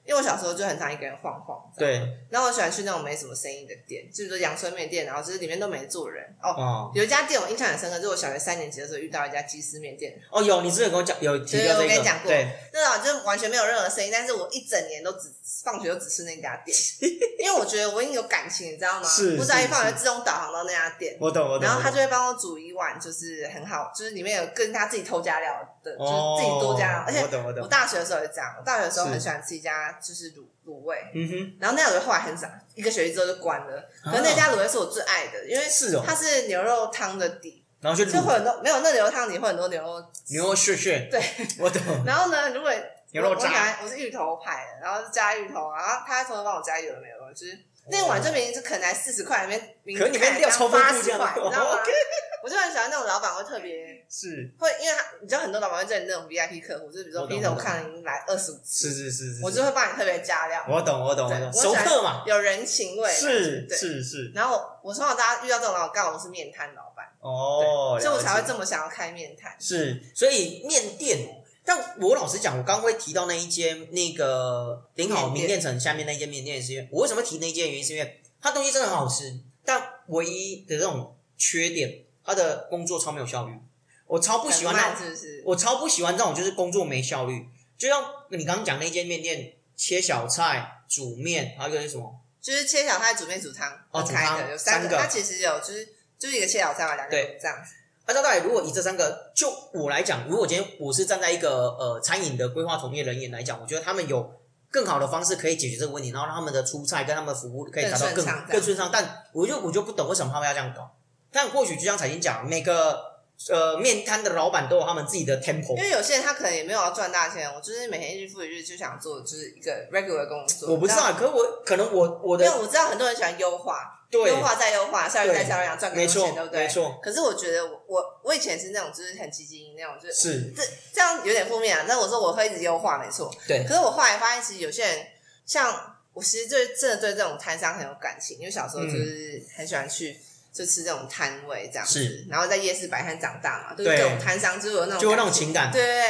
[SPEAKER 1] 因为我小时候就很常一个人晃晃，，
[SPEAKER 2] 对，
[SPEAKER 1] 然后我喜欢去那种没什么生意的店，就是说阳春面店，然后就是里面都没坐人哦。
[SPEAKER 2] 哦
[SPEAKER 1] 有一家店我印象很深刻，就是我小学三年级的时候遇到一家鸡丝面店，
[SPEAKER 2] 哦，有，你之前跟我讲有提
[SPEAKER 1] 对我
[SPEAKER 2] 到这
[SPEAKER 1] 跟
[SPEAKER 2] 个
[SPEAKER 1] 你讲，过
[SPEAKER 2] 对，
[SPEAKER 1] 那种就完全没有任何声音，但是我一整年都只放学都只吃那家店， (laughs) 因为我觉得我已经有感情，你知道吗？
[SPEAKER 2] 是
[SPEAKER 1] 不知道一
[SPEAKER 2] 是
[SPEAKER 1] 放学
[SPEAKER 2] 是哦
[SPEAKER 1] 自动导航到那家店，
[SPEAKER 2] 我懂我懂。
[SPEAKER 1] 然后他
[SPEAKER 2] 我
[SPEAKER 1] 就
[SPEAKER 2] 懂
[SPEAKER 1] 会帮我煮一碗，就是很好，就是里面有跟他自己偷加料的，
[SPEAKER 2] 哦，
[SPEAKER 1] 就是自己多加料，而
[SPEAKER 2] 我
[SPEAKER 1] 且。
[SPEAKER 2] 懂我
[SPEAKER 1] 我
[SPEAKER 2] 懂，
[SPEAKER 1] 大学的时候也这样，我大学的时候
[SPEAKER 2] 是
[SPEAKER 1] 很喜欢吃一家就是卤卤味，
[SPEAKER 2] 嗯哼，
[SPEAKER 1] 然后那家卤味后来很少，一个学期之后就关了。可是那家卤味是我最爱的，因为
[SPEAKER 2] 啊是哦，
[SPEAKER 1] 它是牛肉汤的底，
[SPEAKER 2] 然后就
[SPEAKER 1] 就会有很
[SPEAKER 2] 卤
[SPEAKER 1] 多没有那牛肉汤里会很多牛肉，
[SPEAKER 2] 牛肉屑屑，
[SPEAKER 1] 对，
[SPEAKER 2] (laughs) 我懂，
[SPEAKER 1] 然后呢，如果
[SPEAKER 2] 牛肉
[SPEAKER 1] 我我
[SPEAKER 2] 渣
[SPEAKER 1] 喜欢我是芋头派的，然后是加芋头，然后他从头帮我加有的没有，就是那碗就明明就可能才四十块，里面明明
[SPEAKER 2] 哦可是里面料超丰
[SPEAKER 1] 八
[SPEAKER 2] 富这
[SPEAKER 1] 十
[SPEAKER 2] 样
[SPEAKER 1] 块，你知道
[SPEAKER 2] 哦
[SPEAKER 1] 吗
[SPEAKER 2] ，OK？
[SPEAKER 1] (laughs) 我就很喜欢那种老板会特别
[SPEAKER 2] 是
[SPEAKER 1] 会，因为他你知道很多老板会认那种 VIP 客户，就是比如说
[SPEAKER 2] 我懂
[SPEAKER 1] B 头
[SPEAKER 2] 我懂
[SPEAKER 1] 看了已经来二十五次，
[SPEAKER 2] 是是是是，
[SPEAKER 1] 我就会帮你特别加料，
[SPEAKER 2] 我懂我懂我
[SPEAKER 1] 对
[SPEAKER 2] 懂，
[SPEAKER 1] 我
[SPEAKER 2] 熟
[SPEAKER 1] 喜欢
[SPEAKER 2] 客嘛，
[SPEAKER 1] 有人情味。
[SPEAKER 2] 是
[SPEAKER 1] 对
[SPEAKER 2] 是是，
[SPEAKER 1] 然后我从小到大遇到这种老板，刚好我是面摊老板，
[SPEAKER 2] 哦，
[SPEAKER 1] 所以我
[SPEAKER 2] 了
[SPEAKER 1] 才会
[SPEAKER 2] 解
[SPEAKER 1] 这么想要开面摊。
[SPEAKER 2] 是，所以面店，但我老实讲，我刚刚会提到那一间那个顶好名店城下面那一间面店，是因为我为什么提那一间，原因是因为它东西真的很好吃，但唯一的这种缺点，它的工作超没有效率，我超不喜欢
[SPEAKER 1] 很
[SPEAKER 2] 那
[SPEAKER 1] 慢是不是？
[SPEAKER 2] 我超不喜欢这种就是工作没效率，就像你刚刚讲那间面店切小菜、煮面，还有一个是什么？
[SPEAKER 1] 就是切小菜、煮面、煮汤
[SPEAKER 2] 哦
[SPEAKER 1] 分开
[SPEAKER 2] 煮汤
[SPEAKER 1] 的有三
[SPEAKER 2] 三个
[SPEAKER 1] 它其实有就是就是一个切小菜嘛，两个
[SPEAKER 2] 对
[SPEAKER 1] 这样子。
[SPEAKER 2] 按照道理，如果以这三个，就我来讲，如果今天我是站在一个呃餐饮的规划从业人员来讲，我觉得他们有更好的方式可以解决这个问题，然后让他们的出菜跟他们的服务可以达到
[SPEAKER 1] 更
[SPEAKER 2] 更
[SPEAKER 1] 顺畅
[SPEAKER 2] 更顺畅。但我就我就不懂为什么他们要这样搞。但或许就像彩金讲，每个呃面摊的老板都有他们自己的 tempo
[SPEAKER 1] 因。为有些人他可能也没有要赚大钱，我就是每天日复一日就想做就是一个 regular 工作。
[SPEAKER 2] 我不知
[SPEAKER 1] 然后，
[SPEAKER 2] 道，可我可能我我
[SPEAKER 1] 因为
[SPEAKER 2] 的
[SPEAKER 1] 我知道很多人喜欢优化，
[SPEAKER 2] 对
[SPEAKER 1] 优化再优化，效率再效率，赚更
[SPEAKER 2] 没
[SPEAKER 1] 多
[SPEAKER 2] 错
[SPEAKER 1] 钱，对不
[SPEAKER 2] 没
[SPEAKER 1] 对？
[SPEAKER 2] 错
[SPEAKER 1] 可是我觉得我我我以前是那种就是很积极那种，就是
[SPEAKER 2] 是
[SPEAKER 1] 这这样有点负面啊。但我说我会一直优化，没错。
[SPEAKER 2] 对
[SPEAKER 1] 可是我后来发现，其实有些人像我，其实对真的对这种摊商很有感情，因为小时候就是很喜欢去。就吃这种摊位这样子，
[SPEAKER 2] 嗯是
[SPEAKER 1] 然后在夜市摆摊长大嘛，就是
[SPEAKER 2] 对
[SPEAKER 1] 这种摊商就有那种
[SPEAKER 2] 就会那种
[SPEAKER 1] 感情
[SPEAKER 2] 情感
[SPEAKER 1] 对对对。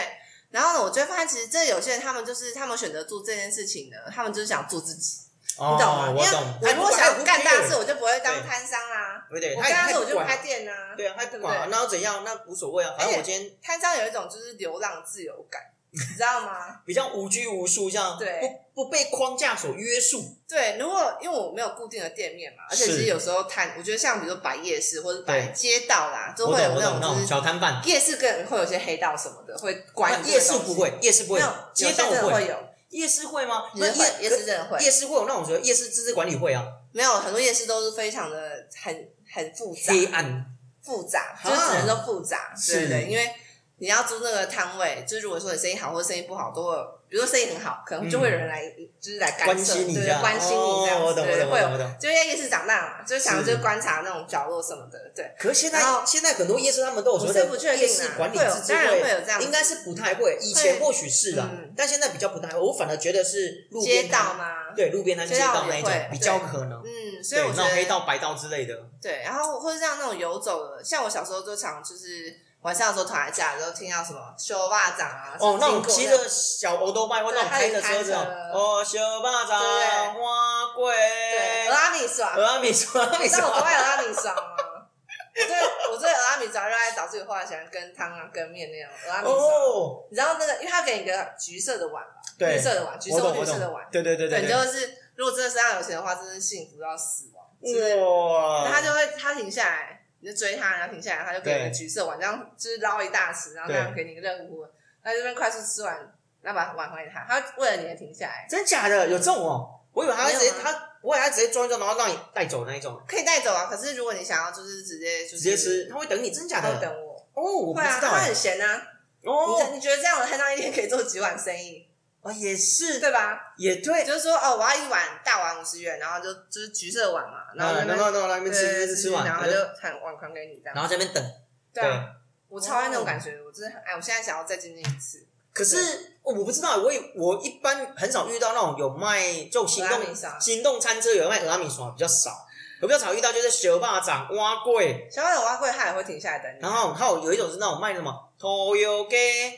[SPEAKER 1] 然后呢，我就会发现，其实这有些人他们就是他们选择做这件事情呢，他们就是想做自己，
[SPEAKER 2] 哦，
[SPEAKER 1] 你懂吗？因
[SPEAKER 2] 我
[SPEAKER 1] 为
[SPEAKER 2] 懂。
[SPEAKER 1] 我如果
[SPEAKER 2] 他也
[SPEAKER 1] 想
[SPEAKER 2] 不
[SPEAKER 1] 干大
[SPEAKER 2] care
[SPEAKER 1] 事，，我就不会当
[SPEAKER 2] 对
[SPEAKER 1] 摊商啦、
[SPEAKER 2] 对对，
[SPEAKER 1] 我
[SPEAKER 2] 他也
[SPEAKER 1] 干大
[SPEAKER 2] 他也
[SPEAKER 1] 事我
[SPEAKER 2] 不
[SPEAKER 1] 就
[SPEAKER 2] 管
[SPEAKER 1] 开，店啦、
[SPEAKER 2] 对啊，他也不
[SPEAKER 1] 对不
[SPEAKER 2] 管啊，
[SPEAKER 1] 对
[SPEAKER 2] 那又怎样？那无所谓啊，反正
[SPEAKER 1] 而且
[SPEAKER 2] 我今天
[SPEAKER 1] 摊商有一种就是流浪自由感，你知道吗？
[SPEAKER 2] 比较无拘无束，这样
[SPEAKER 1] 对
[SPEAKER 2] 不不被框架所约束。
[SPEAKER 1] 对，如果因为我没有固定的店面嘛，而且其
[SPEAKER 2] 是
[SPEAKER 1] 实有时候摊，我觉得像比如说摆夜市或者摆
[SPEAKER 2] 对
[SPEAKER 1] 街道啦，都
[SPEAKER 2] 我
[SPEAKER 1] 会
[SPEAKER 2] 懂
[SPEAKER 1] 有
[SPEAKER 2] 我懂
[SPEAKER 1] 那
[SPEAKER 2] 那
[SPEAKER 1] 种
[SPEAKER 2] 种
[SPEAKER 1] 就是
[SPEAKER 2] 小摊贩，
[SPEAKER 1] 夜市跟会有些黑道什么的会管
[SPEAKER 2] 啊
[SPEAKER 1] 你
[SPEAKER 2] 夜
[SPEAKER 1] 这
[SPEAKER 2] 市
[SPEAKER 1] 个东西
[SPEAKER 2] 不会，夜市不
[SPEAKER 1] 没
[SPEAKER 2] 会
[SPEAKER 1] 有，
[SPEAKER 2] 街道
[SPEAKER 1] 有些真的会
[SPEAKER 2] 会，
[SPEAKER 1] 有，
[SPEAKER 2] 夜市会吗？
[SPEAKER 1] 有
[SPEAKER 2] 那
[SPEAKER 1] 些会
[SPEAKER 2] 夜
[SPEAKER 1] 夜市真的会，
[SPEAKER 2] 夜市会有那种什么夜市自治管理会啊，
[SPEAKER 1] 没有很多夜市都是非常的很很复杂，
[SPEAKER 2] 黑暗
[SPEAKER 1] 复杂，
[SPEAKER 2] 啊
[SPEAKER 1] 就是只能说复杂，对
[SPEAKER 2] 是
[SPEAKER 1] 对，因为你要租那个摊位，就是如果说你生意好或者生意不好，都会有，比如说生意很好，可能就会有人来，就是来干
[SPEAKER 2] 嗯关
[SPEAKER 1] 涉，
[SPEAKER 2] 心你
[SPEAKER 1] 对
[SPEAKER 2] 这
[SPEAKER 1] 对，
[SPEAKER 2] 样，
[SPEAKER 1] 关心你
[SPEAKER 2] 哦
[SPEAKER 1] 这样
[SPEAKER 2] 我
[SPEAKER 1] 子，
[SPEAKER 2] 懂我
[SPEAKER 1] 对，
[SPEAKER 2] 懂
[SPEAKER 1] 会
[SPEAKER 2] 我懂
[SPEAKER 1] 有，
[SPEAKER 2] 我懂。
[SPEAKER 1] 就因为夜市长大嘛，就是想
[SPEAKER 2] 是
[SPEAKER 1] 就观察那种角落什么的，对，
[SPEAKER 2] 可是现
[SPEAKER 1] 然
[SPEAKER 2] 在
[SPEAKER 1] 后
[SPEAKER 2] 现在很多夜市他们都有所谓
[SPEAKER 1] 我是不确
[SPEAKER 2] 的
[SPEAKER 1] 定啊
[SPEAKER 2] 夜市管理
[SPEAKER 1] 会有
[SPEAKER 2] 自治
[SPEAKER 1] 当然会有这样子
[SPEAKER 2] 应该是不太会。以前或许是啦
[SPEAKER 1] 嗯，
[SPEAKER 2] 但现在比较不太会。我反而觉得是路
[SPEAKER 1] 街
[SPEAKER 2] 边
[SPEAKER 1] 道
[SPEAKER 2] 摊，
[SPEAKER 1] 嘛，
[SPEAKER 2] 对路边摊、
[SPEAKER 1] 街
[SPEAKER 2] 街道
[SPEAKER 1] 道
[SPEAKER 2] 那
[SPEAKER 1] 也
[SPEAKER 2] 一种
[SPEAKER 1] 会
[SPEAKER 2] 比较
[SPEAKER 1] 对
[SPEAKER 2] 可能。
[SPEAKER 1] 嗯，所以
[SPEAKER 2] 对，
[SPEAKER 1] 我
[SPEAKER 2] 那
[SPEAKER 1] 觉
[SPEAKER 2] 种黑
[SPEAKER 1] 得
[SPEAKER 2] 道、白道之类的，
[SPEAKER 1] 对，然后或者像那种游走的，像我小时候就常就是晚上的时候躺在家的时候听到什么修袜掌啊，
[SPEAKER 2] 哦，那种
[SPEAKER 1] 经过
[SPEAKER 2] 骑
[SPEAKER 1] 样
[SPEAKER 2] 着小欧多拜或那种
[SPEAKER 1] 对还
[SPEAKER 2] 开
[SPEAKER 1] 有
[SPEAKER 2] 着车
[SPEAKER 1] 开
[SPEAKER 2] 子
[SPEAKER 1] 着
[SPEAKER 2] 哦，哦，小巴掌
[SPEAKER 1] 对
[SPEAKER 2] 花贵，
[SPEAKER 1] 对，俄阿米爽，
[SPEAKER 2] 哎俄阿米说，俄阿米
[SPEAKER 1] 你知道我多
[SPEAKER 2] 说，
[SPEAKER 1] 爱俄阿米爽吗？我
[SPEAKER 2] (laughs)
[SPEAKER 1] 对我对俄阿米爽热爱导致后来喜欢跟汤啊、跟面那种俄阿米爽。
[SPEAKER 2] 哦，
[SPEAKER 1] 你知道那个，因为他给你一个橘色的碗吧，
[SPEAKER 2] 对
[SPEAKER 1] 绿色的碗，橘
[SPEAKER 2] 我
[SPEAKER 1] 色
[SPEAKER 2] 懂
[SPEAKER 1] 或
[SPEAKER 2] 我
[SPEAKER 1] 绿色
[SPEAKER 2] 懂
[SPEAKER 1] 的碗，，
[SPEAKER 2] 对对对
[SPEAKER 1] 对，你
[SPEAKER 2] 对，
[SPEAKER 1] 就是如果真的身上有钱的话，真的是幸福到死亡。
[SPEAKER 2] 嗯
[SPEAKER 1] 就是
[SPEAKER 2] 哇，
[SPEAKER 1] 他就会他停下来，你就追他，然后停下来，他就给你一个
[SPEAKER 2] 对
[SPEAKER 1] 橘色碗，这样就是捞一大匙，然后这样给你一个热乎乎的，他这边快速吃完，然后把碗还给他，他为了你而停下来，
[SPEAKER 2] 真假的有这种哦？我以为他会直接
[SPEAKER 1] 没有啊
[SPEAKER 2] 他，我以为他直接装一装，然后让你带走那一种，
[SPEAKER 1] 可以带走啊。可是如果你想要，就是直接就是
[SPEAKER 2] 直接吃，，他会等你，真假
[SPEAKER 1] 他会
[SPEAKER 2] 的？
[SPEAKER 1] 等我。
[SPEAKER 2] 哦，我不
[SPEAKER 1] 会
[SPEAKER 2] 知
[SPEAKER 1] 啊，
[SPEAKER 2] 道
[SPEAKER 1] 他
[SPEAKER 2] 哎
[SPEAKER 1] 很，闲啊。你
[SPEAKER 2] 哦，
[SPEAKER 1] 这你觉得这样的摊商一天可以做几碗生意，
[SPEAKER 2] 哦也是，
[SPEAKER 1] 对吧？
[SPEAKER 2] 也对，
[SPEAKER 1] 就是说哦，我要一碗大碗五十元，然后就就是橘色碗嘛，然后
[SPEAKER 2] 啊
[SPEAKER 1] 就那
[SPEAKER 2] 然
[SPEAKER 1] 边
[SPEAKER 2] 后然后那边吃吃吃吃完，
[SPEAKER 1] 然后
[SPEAKER 2] 然
[SPEAKER 1] 他
[SPEAKER 2] 后
[SPEAKER 1] 就喊碗款给你这
[SPEAKER 2] 然
[SPEAKER 1] 样。
[SPEAKER 2] 后在那哦边等，
[SPEAKER 1] 对啊，我超爱那种感觉，我真的很哎爱。我现在想要再进去一次。
[SPEAKER 2] 可是哦我不知道，我以我一般很少遇到那种有卖就行
[SPEAKER 1] 俄阿米
[SPEAKER 2] 动
[SPEAKER 1] 莎
[SPEAKER 2] 行动餐车有卖俄阿米爽比较少，我比较少遇到就是小霸掌蛙贵，
[SPEAKER 1] 小碗有挖柜，他也会停下来等你。
[SPEAKER 2] 然后还有有一种是那种卖什么头油鸡、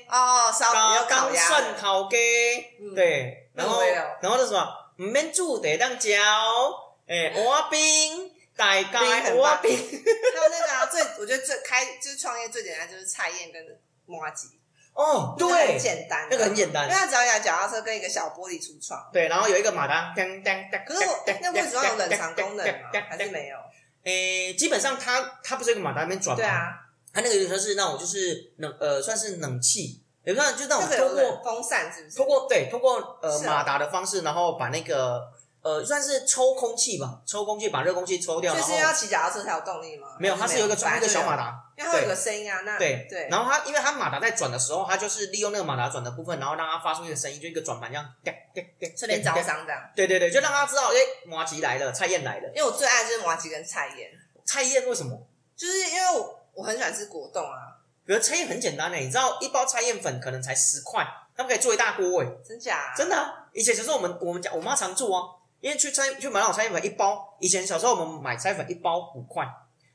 [SPEAKER 1] 哦，烧
[SPEAKER 2] 高
[SPEAKER 1] 有烤
[SPEAKER 2] 刚
[SPEAKER 1] 鸭
[SPEAKER 2] 蒜
[SPEAKER 1] 的，
[SPEAKER 2] 头鸡，
[SPEAKER 1] 嗯，
[SPEAKER 2] 对，然后
[SPEAKER 1] 那我也有
[SPEAKER 2] 然后那什么唔免煮得当嚼，诶，蛙冰大家
[SPEAKER 1] 嗯冰很
[SPEAKER 2] 蛙
[SPEAKER 1] 棒
[SPEAKER 2] (laughs)
[SPEAKER 1] 还
[SPEAKER 2] 冰，
[SPEAKER 1] 有那个啊，最我觉得最开就是创业最简单就是菜宴跟麻吉，
[SPEAKER 2] 哦，
[SPEAKER 1] 那个很
[SPEAKER 2] 对，
[SPEAKER 1] 简单，啊
[SPEAKER 2] 那个很简
[SPEAKER 1] 因
[SPEAKER 2] 单
[SPEAKER 1] 为，他只要有脚踏车跟一个小玻璃橱窗。
[SPEAKER 2] 对，然后有一个马达，当当当，
[SPEAKER 1] 可是我那柜子上有冷藏功能吗？还是没
[SPEAKER 2] (laughs)
[SPEAKER 1] 有？
[SPEAKER 2] 诶，基本上它它不是有一个马达在那边转吗？
[SPEAKER 1] 对，啊，
[SPEAKER 2] 它那个有点像是那种就是冷呃，算是冷气，也不算就是那
[SPEAKER 1] 那
[SPEAKER 2] 种
[SPEAKER 1] 个
[SPEAKER 2] 通
[SPEAKER 1] 有
[SPEAKER 2] 过
[SPEAKER 1] 冷风扇是不是
[SPEAKER 2] 通？过对通过呃
[SPEAKER 1] 是啊
[SPEAKER 2] 马达的方式，然后把那个呃算是抽空气吧，抽空气把热空气抽掉，
[SPEAKER 1] 所以
[SPEAKER 2] 然后
[SPEAKER 1] 是要骑脚踏车才有动力吗？
[SPEAKER 2] 没有，它
[SPEAKER 1] 还
[SPEAKER 2] 是有一个转一个小马，达，
[SPEAKER 1] 因为它会有个声音啊。那
[SPEAKER 2] 对
[SPEAKER 1] 对，
[SPEAKER 2] 然后它因为它马达在转的时候，它就是利用那个马达转的部分，然后让它发出一个声音，就一个转盘这样，嘎嘎嘎
[SPEAKER 1] 顺便招商这样。
[SPEAKER 2] 对对对，就让他知道，哎、麻吉来了，蔡燕来了。
[SPEAKER 1] 因为我最爱就是麻吉跟菜宴，
[SPEAKER 2] 蔡燕为什么？
[SPEAKER 1] 就是因为我我很喜欢吃果冻啊，
[SPEAKER 2] 可是蔡燕很简单呢，欸你知道一包蔡燕粉可能才十块，他们可以做一大锅哎、
[SPEAKER 1] 真假？
[SPEAKER 2] 真的、啊。以前小时候我们我们家我妈常做啊，因为去拆去买那种拆粉一包，以前小时候我们买拆粉一包五块，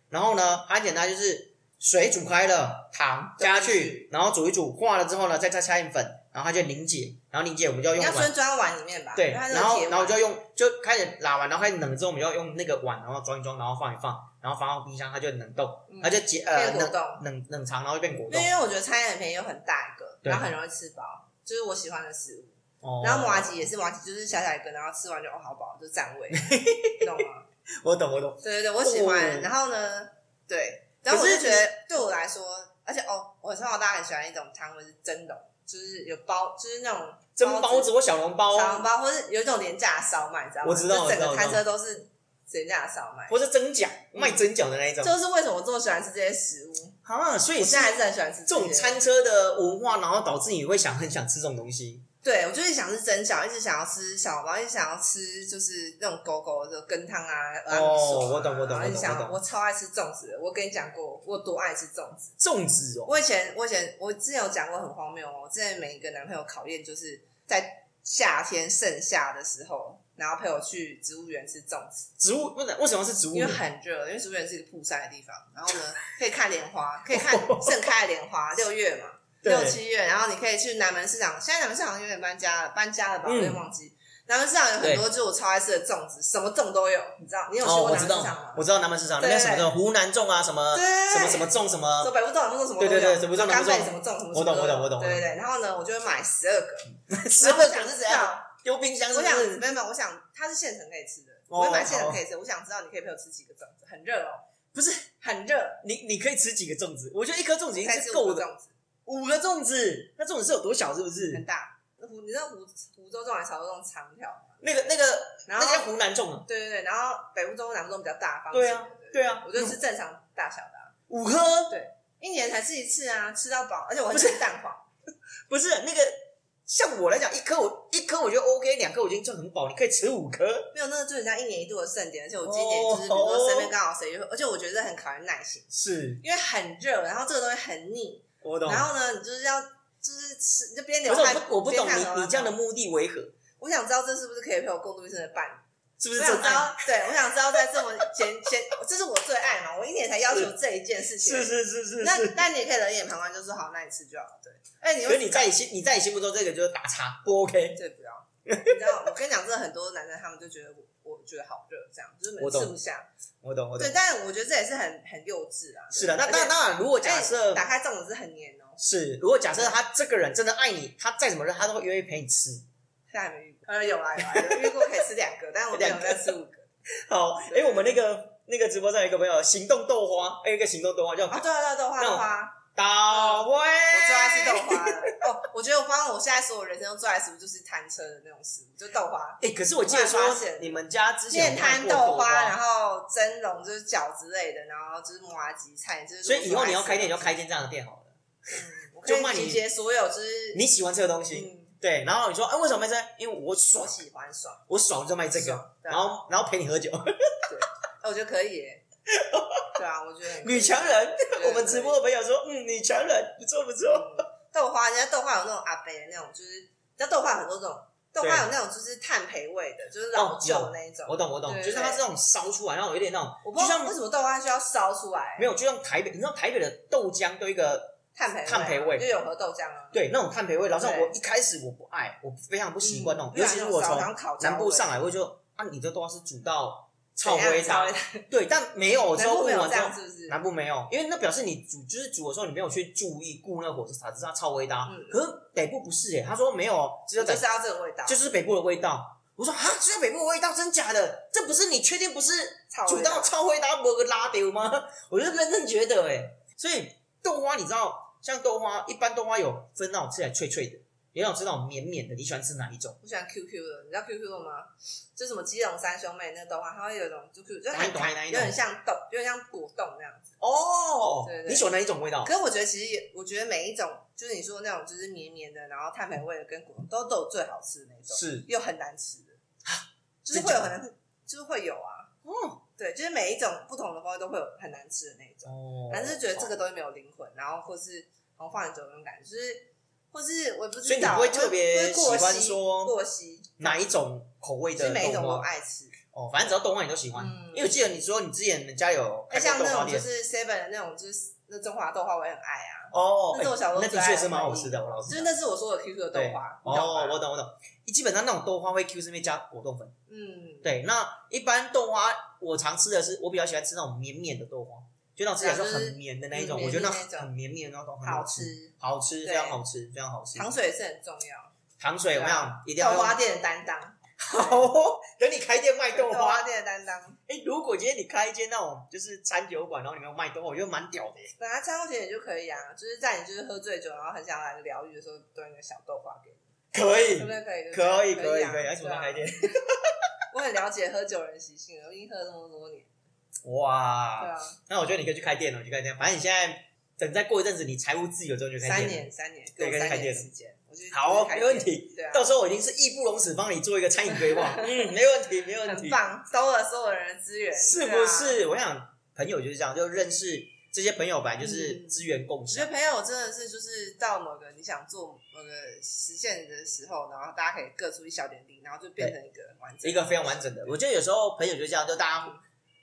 [SPEAKER 2] 然后呢它很简单就是水煮开了，糖加去，然后煮一煮，化了之后呢再加拆粉，然后它就凝结，然后凝结我们就要
[SPEAKER 1] 你
[SPEAKER 2] 用
[SPEAKER 1] 要
[SPEAKER 2] 碗
[SPEAKER 1] 先。装碗里面吧。
[SPEAKER 2] 对，
[SPEAKER 1] 因为它是
[SPEAKER 2] 然后
[SPEAKER 1] 铁碗
[SPEAKER 2] 然后就用就开始拉完，然后开始冷之后，我们就要用那个碗，然后装一装，然后放一放，然后放到冰箱，它就冷冻，
[SPEAKER 1] 嗯
[SPEAKER 2] 它就结呃
[SPEAKER 1] 变果
[SPEAKER 2] 冷
[SPEAKER 1] 冻，
[SPEAKER 2] 冷冷藏，然后就变果
[SPEAKER 1] 因为
[SPEAKER 2] 冻。
[SPEAKER 1] 因为我觉得菜宴很便宜又很大一个，
[SPEAKER 2] 对
[SPEAKER 1] 然后很容易吃饱，就是我喜欢的食物。
[SPEAKER 2] 哦
[SPEAKER 1] 然后麻吉也是麻吉，就是小小一个，然后吃完就哦好饱，就占
[SPEAKER 2] (laughs)
[SPEAKER 1] 位，你懂吗？
[SPEAKER 2] 我懂我懂，
[SPEAKER 1] 对对对，我喜欢。
[SPEAKER 2] 哦
[SPEAKER 1] 然后呢，对，然后我
[SPEAKER 2] 可
[SPEAKER 1] 就是觉得对我来说，而且哦，我从小到大很喜欢一种汤，就是蒸笼，就是有包，就是那种
[SPEAKER 2] 蒸包子或小笼包
[SPEAKER 1] 小笼
[SPEAKER 2] 啊，
[SPEAKER 1] 包，或是有一种廉价的烧麦，你知道吗？
[SPEAKER 2] 我知道
[SPEAKER 1] 就整
[SPEAKER 2] 我
[SPEAKER 1] 个
[SPEAKER 2] 知道
[SPEAKER 1] 摊车都是廉价的烧麦。
[SPEAKER 2] 或是蒸饺，
[SPEAKER 1] 嗯
[SPEAKER 2] 卖蒸饺的那一种
[SPEAKER 1] 就是为什么我这么喜欢吃这些食物，
[SPEAKER 2] 啊，所以
[SPEAKER 1] 我
[SPEAKER 2] 是
[SPEAKER 1] 现在还是很喜欢吃
[SPEAKER 2] 这种
[SPEAKER 1] 些。
[SPEAKER 2] 餐车的文化，然后导致你会想很想吃这种东西。
[SPEAKER 1] 对，我就是想吃蒸饺，一直想要吃小笼包，一直想要吃就是那种狗狗的羹汤啊，阿米索啊
[SPEAKER 2] 哦我懂我懂
[SPEAKER 1] 然后一直
[SPEAKER 2] 我懂
[SPEAKER 1] 想
[SPEAKER 2] 我
[SPEAKER 1] 要
[SPEAKER 2] 懂
[SPEAKER 1] 我超爱吃粽子的，我跟你讲过，我多爱吃粽子。
[SPEAKER 2] 粽子哦，
[SPEAKER 1] 我以前，我以前，我之前有讲过很荒谬哦。我之前每一个男朋友考验，就是在夏天盛夏的时候，然后陪我去植物园吃粽子，
[SPEAKER 2] 植物不是为什么是植物
[SPEAKER 1] 因为？很热，因为植物园是一个曝晒的地方。然后呢，可以看莲花，可以看盛开的莲花，六月嘛，
[SPEAKER 2] 哦对
[SPEAKER 1] 六七月，然后你可以去南门市场。现在南门市场有点搬家了，搬家了吧？
[SPEAKER 2] 嗯
[SPEAKER 1] 我有点忘记。南门市场有很
[SPEAKER 2] 对
[SPEAKER 1] 多就是我超爱吃的粽子，什么粽都有，你知道？你有去
[SPEAKER 2] 哦，
[SPEAKER 1] 过
[SPEAKER 2] 我
[SPEAKER 1] 南
[SPEAKER 2] 知
[SPEAKER 1] 门市
[SPEAKER 2] 道
[SPEAKER 1] 场吗，？
[SPEAKER 2] 我知道南门市场里
[SPEAKER 1] 对
[SPEAKER 2] 面什么的湖南粽啊，什么
[SPEAKER 1] 对
[SPEAKER 2] 什么什么粽 (laughs) 什
[SPEAKER 1] 什么
[SPEAKER 2] 么，
[SPEAKER 1] 百富粽、南门粽什么都有
[SPEAKER 2] 对对对什么粽
[SPEAKER 1] 干
[SPEAKER 2] 什
[SPEAKER 1] 贝
[SPEAKER 2] 么粽
[SPEAKER 1] 什么粽什么
[SPEAKER 2] 我懂我懂我懂
[SPEAKER 1] 对对对。然后呢，我就会买十二个，
[SPEAKER 2] 吃
[SPEAKER 1] 然后我
[SPEAKER 2] 的
[SPEAKER 1] 想
[SPEAKER 2] 可是
[SPEAKER 1] 知
[SPEAKER 2] 怎样
[SPEAKER 1] 道，
[SPEAKER 2] 丢冰箱是
[SPEAKER 1] 我
[SPEAKER 2] 不
[SPEAKER 1] 想
[SPEAKER 2] 是？
[SPEAKER 1] 没有没有，我想它是现成可以吃的，
[SPEAKER 2] 哦
[SPEAKER 1] 我会买现成可以吃。我想知道你可以陪我吃几个粽子，很热哦，
[SPEAKER 2] 不是
[SPEAKER 1] 很热，
[SPEAKER 2] 你你可以吃几个粽子？我觉得一颗粽子已经
[SPEAKER 1] 才
[SPEAKER 2] 是
[SPEAKER 1] 吃
[SPEAKER 2] 够
[SPEAKER 1] 五
[SPEAKER 2] 的嗯
[SPEAKER 1] 个，粽子，嗯
[SPEAKER 2] 五个粽子，那粽子是有多小？是不
[SPEAKER 1] 很
[SPEAKER 2] 是？
[SPEAKER 1] 大。湖，你知道湖湖州粽还是潮州粽长条吗？
[SPEAKER 2] 那个那个
[SPEAKER 1] 然
[SPEAKER 2] 那
[SPEAKER 1] 后
[SPEAKER 2] 个叫湖南粽啊，
[SPEAKER 1] 对对对，然后北部粽跟南部粽比较大方，
[SPEAKER 2] 对啊，对啊，
[SPEAKER 1] 我觉得是正常大小的啊、
[SPEAKER 2] 五颗，
[SPEAKER 1] 一年才吃一次啊，吃到饱，而且我很
[SPEAKER 2] 不是
[SPEAKER 1] 喜欢蛋黄，
[SPEAKER 2] 不是那个。像我来讲，一颗我一颗我觉得 OK，两颗我已经算很饱，你可以吃五颗。
[SPEAKER 1] 没有那个就是人家一年一度的盛典，而且我今年
[SPEAKER 2] 哦
[SPEAKER 1] 就是比如说
[SPEAKER 2] (laughs)
[SPEAKER 1] 身边刚好谁约会，而且我觉得很考验耐心，
[SPEAKER 2] 是，
[SPEAKER 1] 因为很热，然后这个东西很腻，
[SPEAKER 2] 我懂。
[SPEAKER 1] 然后呢，你就是要就是吃，你就边
[SPEAKER 2] 不
[SPEAKER 1] 流
[SPEAKER 2] 是我
[SPEAKER 1] 汗，
[SPEAKER 2] 不我不懂
[SPEAKER 1] 边看
[SPEAKER 2] 你你这样的，目的为何？
[SPEAKER 1] 我想知道这是不是可以陪我共度一生的伴侣。
[SPEAKER 2] 是不
[SPEAKER 1] 我
[SPEAKER 2] 是
[SPEAKER 1] 想
[SPEAKER 2] 真
[SPEAKER 1] 知
[SPEAKER 2] 爱？
[SPEAKER 1] 道，对，我想知道在这么简简，这是我最爱嘛，我一年才要求这一件事情。
[SPEAKER 2] 是是是是
[SPEAKER 1] 那
[SPEAKER 2] 是。
[SPEAKER 1] 那你也可以冷眼旁观，就说好，那你吃就好了。对，哎，你
[SPEAKER 2] 可
[SPEAKER 1] 会
[SPEAKER 2] 是你在你心你在你心目中这个就是打叉，不 OK。
[SPEAKER 1] 对，不要。你知道，我跟你讲，真的很多男生他们就觉得我，我觉得好热，这样就是
[SPEAKER 2] 我懂
[SPEAKER 1] 吃不下。
[SPEAKER 2] 我懂我懂
[SPEAKER 1] 对，。但我觉得这也是很很幼稚啊。对
[SPEAKER 2] 是的，那
[SPEAKER 1] 而且
[SPEAKER 2] 那当然，如果假
[SPEAKER 1] 而且
[SPEAKER 2] 设
[SPEAKER 1] 打开粽子是很黏哦，
[SPEAKER 2] 是，如果假设他这个人真的爱你，他再怎么热，他都会愿意陪你吃。
[SPEAKER 1] 现在还没遇过。呃，有啦有 (laughs) 啦，有遇过可以吃两个，但我没有
[SPEAKER 2] 两个
[SPEAKER 1] 在吃五个。
[SPEAKER 2] 好，哎，我们那个那个直播上有一个朋友，行动豆花，哎还有一个行动豆花叫
[SPEAKER 1] 啊，对啊对啊，豆花
[SPEAKER 2] 那我
[SPEAKER 1] 豆花，
[SPEAKER 2] 倒灰，
[SPEAKER 1] 我
[SPEAKER 2] 我
[SPEAKER 1] 最爱吃豆。花 (laughs) 了。哦，我觉得我发现我现在所有人生中最爱吃的就是摊车的那种食物，就豆花。
[SPEAKER 2] 哎，可是我记得说
[SPEAKER 1] 我突然发现
[SPEAKER 2] 你们家之前
[SPEAKER 1] 面
[SPEAKER 2] 有卖
[SPEAKER 1] 摊
[SPEAKER 2] 过啊
[SPEAKER 1] 豆
[SPEAKER 2] 花，
[SPEAKER 1] 花，然后蒸笼就是饺之类的，然后就是麻吉菜，就是
[SPEAKER 2] 所以以后你要开店，你就
[SPEAKER 1] 就
[SPEAKER 2] 开一间这样的店好了。
[SPEAKER 1] 嗯我可
[SPEAKER 2] 就卖
[SPEAKER 1] 以
[SPEAKER 2] 你
[SPEAKER 1] 集结所有就是
[SPEAKER 2] 你喜欢这个东西，
[SPEAKER 1] 嗯，
[SPEAKER 2] 对，然后你说，哎，为什么卖这个？因为我爽
[SPEAKER 1] 我，喜欢爽，
[SPEAKER 2] 我爽就卖这个，
[SPEAKER 1] 爽对啊
[SPEAKER 2] 然后然后陪你
[SPEAKER 1] (laughs)
[SPEAKER 2] 喝酒。
[SPEAKER 1] 哎我觉得可以耶，对啊，我觉得很
[SPEAKER 2] 女强人，
[SPEAKER 1] 对
[SPEAKER 2] 我们直播的朋友说，嗯，女强人不错不错。
[SPEAKER 1] 嗯豆花，人家豆花有那种阿伯的那种，就是你知道豆花有很多种，豆花有那种就是炭焙味的，就是老旧那一种。
[SPEAKER 2] 哦我懂我懂，
[SPEAKER 1] 对
[SPEAKER 2] 就是它是那种烧出来，然后有点那种，
[SPEAKER 1] 我不
[SPEAKER 2] 就
[SPEAKER 1] 知道
[SPEAKER 2] 像
[SPEAKER 1] 为什么豆花需要烧出来，
[SPEAKER 2] 没有，就像台北，你知道台北的豆浆都有一个
[SPEAKER 1] 炭焙
[SPEAKER 2] 炭焙味
[SPEAKER 1] 就有和豆浆啊，
[SPEAKER 2] 对那种炭焙味，老实讲，
[SPEAKER 1] 对
[SPEAKER 2] 我一开始我不爱，我非常不习惯那种
[SPEAKER 1] 嗯，
[SPEAKER 2] 尤其是我
[SPEAKER 1] 不然那种烧然
[SPEAKER 2] 从
[SPEAKER 1] 后烤焦味
[SPEAKER 2] 南部上来，我就说啊，你这都要是煮到臭
[SPEAKER 1] 怎
[SPEAKER 2] 灰
[SPEAKER 1] 样
[SPEAKER 2] 渣，
[SPEAKER 1] 烧味
[SPEAKER 2] 对，但没有，之
[SPEAKER 1] 南
[SPEAKER 2] 后
[SPEAKER 1] 部没
[SPEAKER 2] 问
[SPEAKER 1] 有
[SPEAKER 2] 完
[SPEAKER 1] 这
[SPEAKER 2] 之后
[SPEAKER 1] 样，是不是？
[SPEAKER 2] 南部没有，因为那表示你煮就是煮的时候你没有去注意顾那个火车，只是它超微搭
[SPEAKER 1] 嗯。
[SPEAKER 2] 可是北部不是诶，他说没有哦，只有
[SPEAKER 1] 就
[SPEAKER 2] 在
[SPEAKER 1] 是要这个味道，
[SPEAKER 2] 就是北部的味道。我说啊，这是北部的味道，真假的？这不是你确定不是
[SPEAKER 1] 炒
[SPEAKER 2] 煮
[SPEAKER 1] 味
[SPEAKER 2] 到
[SPEAKER 1] 道
[SPEAKER 2] 超会搭某个拉丢吗？我就认真觉得哎、所以豆花你知道，像豆花一般豆花有分那种吃起来脆脆的，也有吃那种绵绵的。你喜欢吃哪一种？
[SPEAKER 1] 我喜欢 QQ 的，你知道 QQ 的吗？就什么基隆三兄妹那个豆花，它会有一种就 Q，就是
[SPEAKER 2] 哪一
[SPEAKER 1] 很
[SPEAKER 2] 种
[SPEAKER 1] 弹
[SPEAKER 2] 哪一
[SPEAKER 1] 有
[SPEAKER 2] 种
[SPEAKER 1] 点像豆，有点像果冻那样子。
[SPEAKER 2] 哦
[SPEAKER 1] 对对
[SPEAKER 2] 你喜欢哪一种味道？
[SPEAKER 1] 可是我觉得其实也，我觉得每一种就是你说那种就是绵绵的，然后碳焙味的跟果冻都都有最好吃的那种，
[SPEAKER 2] 是
[SPEAKER 1] 又很难吃的，就是
[SPEAKER 2] 啊真
[SPEAKER 1] 会有
[SPEAKER 2] 假
[SPEAKER 1] 很难，就是会有啊。
[SPEAKER 2] 哦
[SPEAKER 1] 对，就是每一种不同的风味都会有很难吃的那种，
[SPEAKER 2] 哦
[SPEAKER 1] 反正就觉得这个东西没有灵魂，然后或是然后放很久那种感觉，就是或是我也不知道，
[SPEAKER 2] 所以你不会特别
[SPEAKER 1] 会过
[SPEAKER 2] 喜欢
[SPEAKER 1] 稀
[SPEAKER 2] 说
[SPEAKER 1] 过稀，
[SPEAKER 2] 哪一种口味
[SPEAKER 1] 就
[SPEAKER 2] 的
[SPEAKER 1] 是每一
[SPEAKER 2] 豆
[SPEAKER 1] 种都
[SPEAKER 2] 花？
[SPEAKER 1] 爱吃。
[SPEAKER 2] 哦，反正只要豆花你都喜欢。
[SPEAKER 1] 嗯
[SPEAKER 2] 因为我记得你说你之前你们家有
[SPEAKER 1] 那
[SPEAKER 2] 开
[SPEAKER 1] 像
[SPEAKER 2] 过豆
[SPEAKER 1] 那
[SPEAKER 2] 花
[SPEAKER 1] 种就
[SPEAKER 2] 店
[SPEAKER 1] 是 Seven 的那种，就是那中华豆花，我也很爱啊。
[SPEAKER 2] 哦，
[SPEAKER 1] 那是我小时候
[SPEAKER 2] 哎那
[SPEAKER 1] 最
[SPEAKER 2] 的
[SPEAKER 1] 爱
[SPEAKER 2] 确
[SPEAKER 1] 的
[SPEAKER 2] 是蛮好
[SPEAKER 1] 回忆
[SPEAKER 2] 吃的，我老实
[SPEAKER 1] 就
[SPEAKER 2] 讲
[SPEAKER 1] 是那是我说的 QQ 的豆花，你懂
[SPEAKER 2] 哦
[SPEAKER 1] 吗，
[SPEAKER 2] 我懂我懂。基本上那种豆花会 Q 是因为加果冻粉。
[SPEAKER 1] 嗯，
[SPEAKER 2] 对，那一般豆花我常吃的是，我比较喜欢吃那种绵绵的豆花，就那种吃起来就很绵的那一种，
[SPEAKER 1] 啊就是
[SPEAKER 2] 我觉得
[SPEAKER 1] 嗯绵
[SPEAKER 2] 那
[SPEAKER 1] 绵
[SPEAKER 2] 很绵绵的那种很
[SPEAKER 1] 好
[SPEAKER 2] 吃，
[SPEAKER 1] 吃，
[SPEAKER 2] 好吃，
[SPEAKER 1] 对
[SPEAKER 2] 非常好吃，非常好吃。
[SPEAKER 1] 糖水也是很重要，
[SPEAKER 2] 糖水我跟你讲一定要
[SPEAKER 1] 豆
[SPEAKER 2] 用
[SPEAKER 1] 花店的担当，
[SPEAKER 2] (laughs) 好哦，等你开店卖豆
[SPEAKER 1] 豆花
[SPEAKER 2] 花，
[SPEAKER 1] 店的担当。
[SPEAKER 2] 哎，如果今天你开一间那种就是餐酒馆，然后里面有卖豆花，我觉得蛮屌的耶。
[SPEAKER 1] 本来餐后甜点就可以啊，就是在你就是喝醉酒，然后很想来个疗愈的时候，端一个小豆花给你，
[SPEAKER 2] 可
[SPEAKER 1] 对
[SPEAKER 2] 以
[SPEAKER 1] 不，对？可以，对不对
[SPEAKER 2] 嗯可以，
[SPEAKER 1] 可
[SPEAKER 2] 可以，
[SPEAKER 1] 啊
[SPEAKER 2] 可以，而且我
[SPEAKER 1] 对
[SPEAKER 2] 们
[SPEAKER 1] 啊
[SPEAKER 2] 开店，
[SPEAKER 1] 我很了解喝酒人习性了，我已经喝了那么多年，对
[SPEAKER 2] 哇，
[SPEAKER 1] 啊，
[SPEAKER 2] 那我觉得你可以去开店了，哦去开店。反正你现在等再过一阵子，你财务自由之后你就开
[SPEAKER 1] 三
[SPEAKER 2] 店了。
[SPEAKER 1] 年，三年，给我
[SPEAKER 2] 对可以开
[SPEAKER 1] 三
[SPEAKER 2] 店
[SPEAKER 1] 年
[SPEAKER 2] 了
[SPEAKER 1] 时间，我去
[SPEAKER 2] 好哦
[SPEAKER 1] 我去开
[SPEAKER 2] 没问
[SPEAKER 1] 店
[SPEAKER 2] 题，
[SPEAKER 1] 对啊，
[SPEAKER 2] 到时候我一定是义不容辞帮你做一个餐饮规
[SPEAKER 1] (laughs)
[SPEAKER 2] 划，嗯，没问题，没问
[SPEAKER 1] 很
[SPEAKER 2] 题，
[SPEAKER 1] 棒，收了所有人的资源，
[SPEAKER 2] 是
[SPEAKER 1] 对
[SPEAKER 2] 不
[SPEAKER 1] 啊？
[SPEAKER 2] 是？我想朋友就是这样，就认识这些朋友，本来就是
[SPEAKER 1] 嗯
[SPEAKER 2] 资源共
[SPEAKER 1] 我觉
[SPEAKER 2] 享。
[SPEAKER 1] 得朋友真的是就是到某个你想做某个实现的时候，然后大家可以各出一小点力，然后就变成一个完整
[SPEAKER 2] 一个非常完整的，我觉得有时候朋友就这样，就大家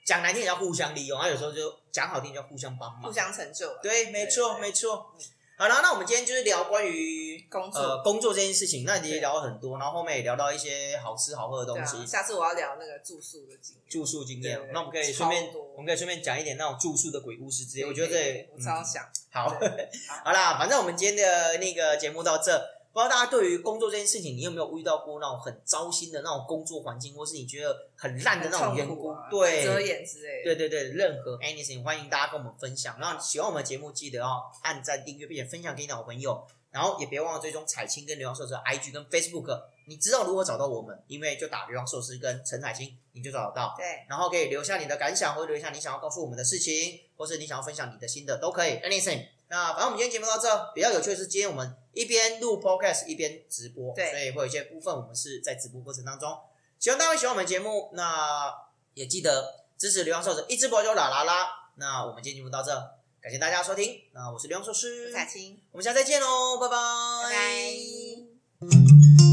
[SPEAKER 2] 讲难听也要互相利用，然后有时候就讲好听就互相帮
[SPEAKER 1] 互
[SPEAKER 2] 忙。
[SPEAKER 1] 相成就了。
[SPEAKER 2] 对，没错，
[SPEAKER 1] 对
[SPEAKER 2] 没错
[SPEAKER 1] 嗯。
[SPEAKER 2] 好啦，那我们今天就是聊关于
[SPEAKER 1] 工作
[SPEAKER 2] 呃工作这件事情，那也
[SPEAKER 1] 对
[SPEAKER 2] 聊了很多，然后后面也聊到一些好吃好喝的
[SPEAKER 1] 对
[SPEAKER 2] 东
[SPEAKER 1] 啊
[SPEAKER 2] 西，，
[SPEAKER 1] 下次我要聊那个住宿的经验。
[SPEAKER 2] 住宿经验
[SPEAKER 1] 对。
[SPEAKER 2] 那我们可以顺便
[SPEAKER 1] 超多，
[SPEAKER 2] 我们可以顺便讲一点那种住宿的鬼故事之类。我觉得这也
[SPEAKER 1] 我超
[SPEAKER 2] 嗯
[SPEAKER 1] 想，
[SPEAKER 2] 好， (laughs)
[SPEAKER 1] 对
[SPEAKER 2] 好啦，反正我们今天的那个节目到这。不知道大家对于工作这件事情，你有没有遇到过那种很糟心的那种工作环境，或是你觉得很烂的
[SPEAKER 1] 很
[SPEAKER 2] 那种员
[SPEAKER 1] 痛苦
[SPEAKER 2] 工？
[SPEAKER 1] 啊，
[SPEAKER 2] 对，
[SPEAKER 1] 遮掩之类的。
[SPEAKER 2] 对对对，任何 anything，欢迎大家跟我们分享。然后喜欢我们的节目，记得要按赞、订阅，并且分享给你的好朋友。然后也别忘了追踪彩青跟流浪寿司的 IG 跟 Facebook。你知道如何找到我们，因为就打流浪寿司跟陈彩青，你就找得到。
[SPEAKER 1] 对，
[SPEAKER 2] 然后可以留下你的感想，或者留下你想要告诉我们的事情，或是你想要分享你的心得，都可以 anything。那反正我们今天节目到这，比较有趣的是，今天我们一边录 podcast 一边直播，
[SPEAKER 1] 对
[SPEAKER 2] 所以会有一些部分我们是在直播过程当中。希望大家会喜欢我们节目，那也记得支持流浪兽者，一直播就啦啦啦。那我们今天节目到这，感谢大家收听。那我是流浪兽师，
[SPEAKER 1] 彩青，
[SPEAKER 2] 我们下次再见喽，拜
[SPEAKER 1] 拜拜。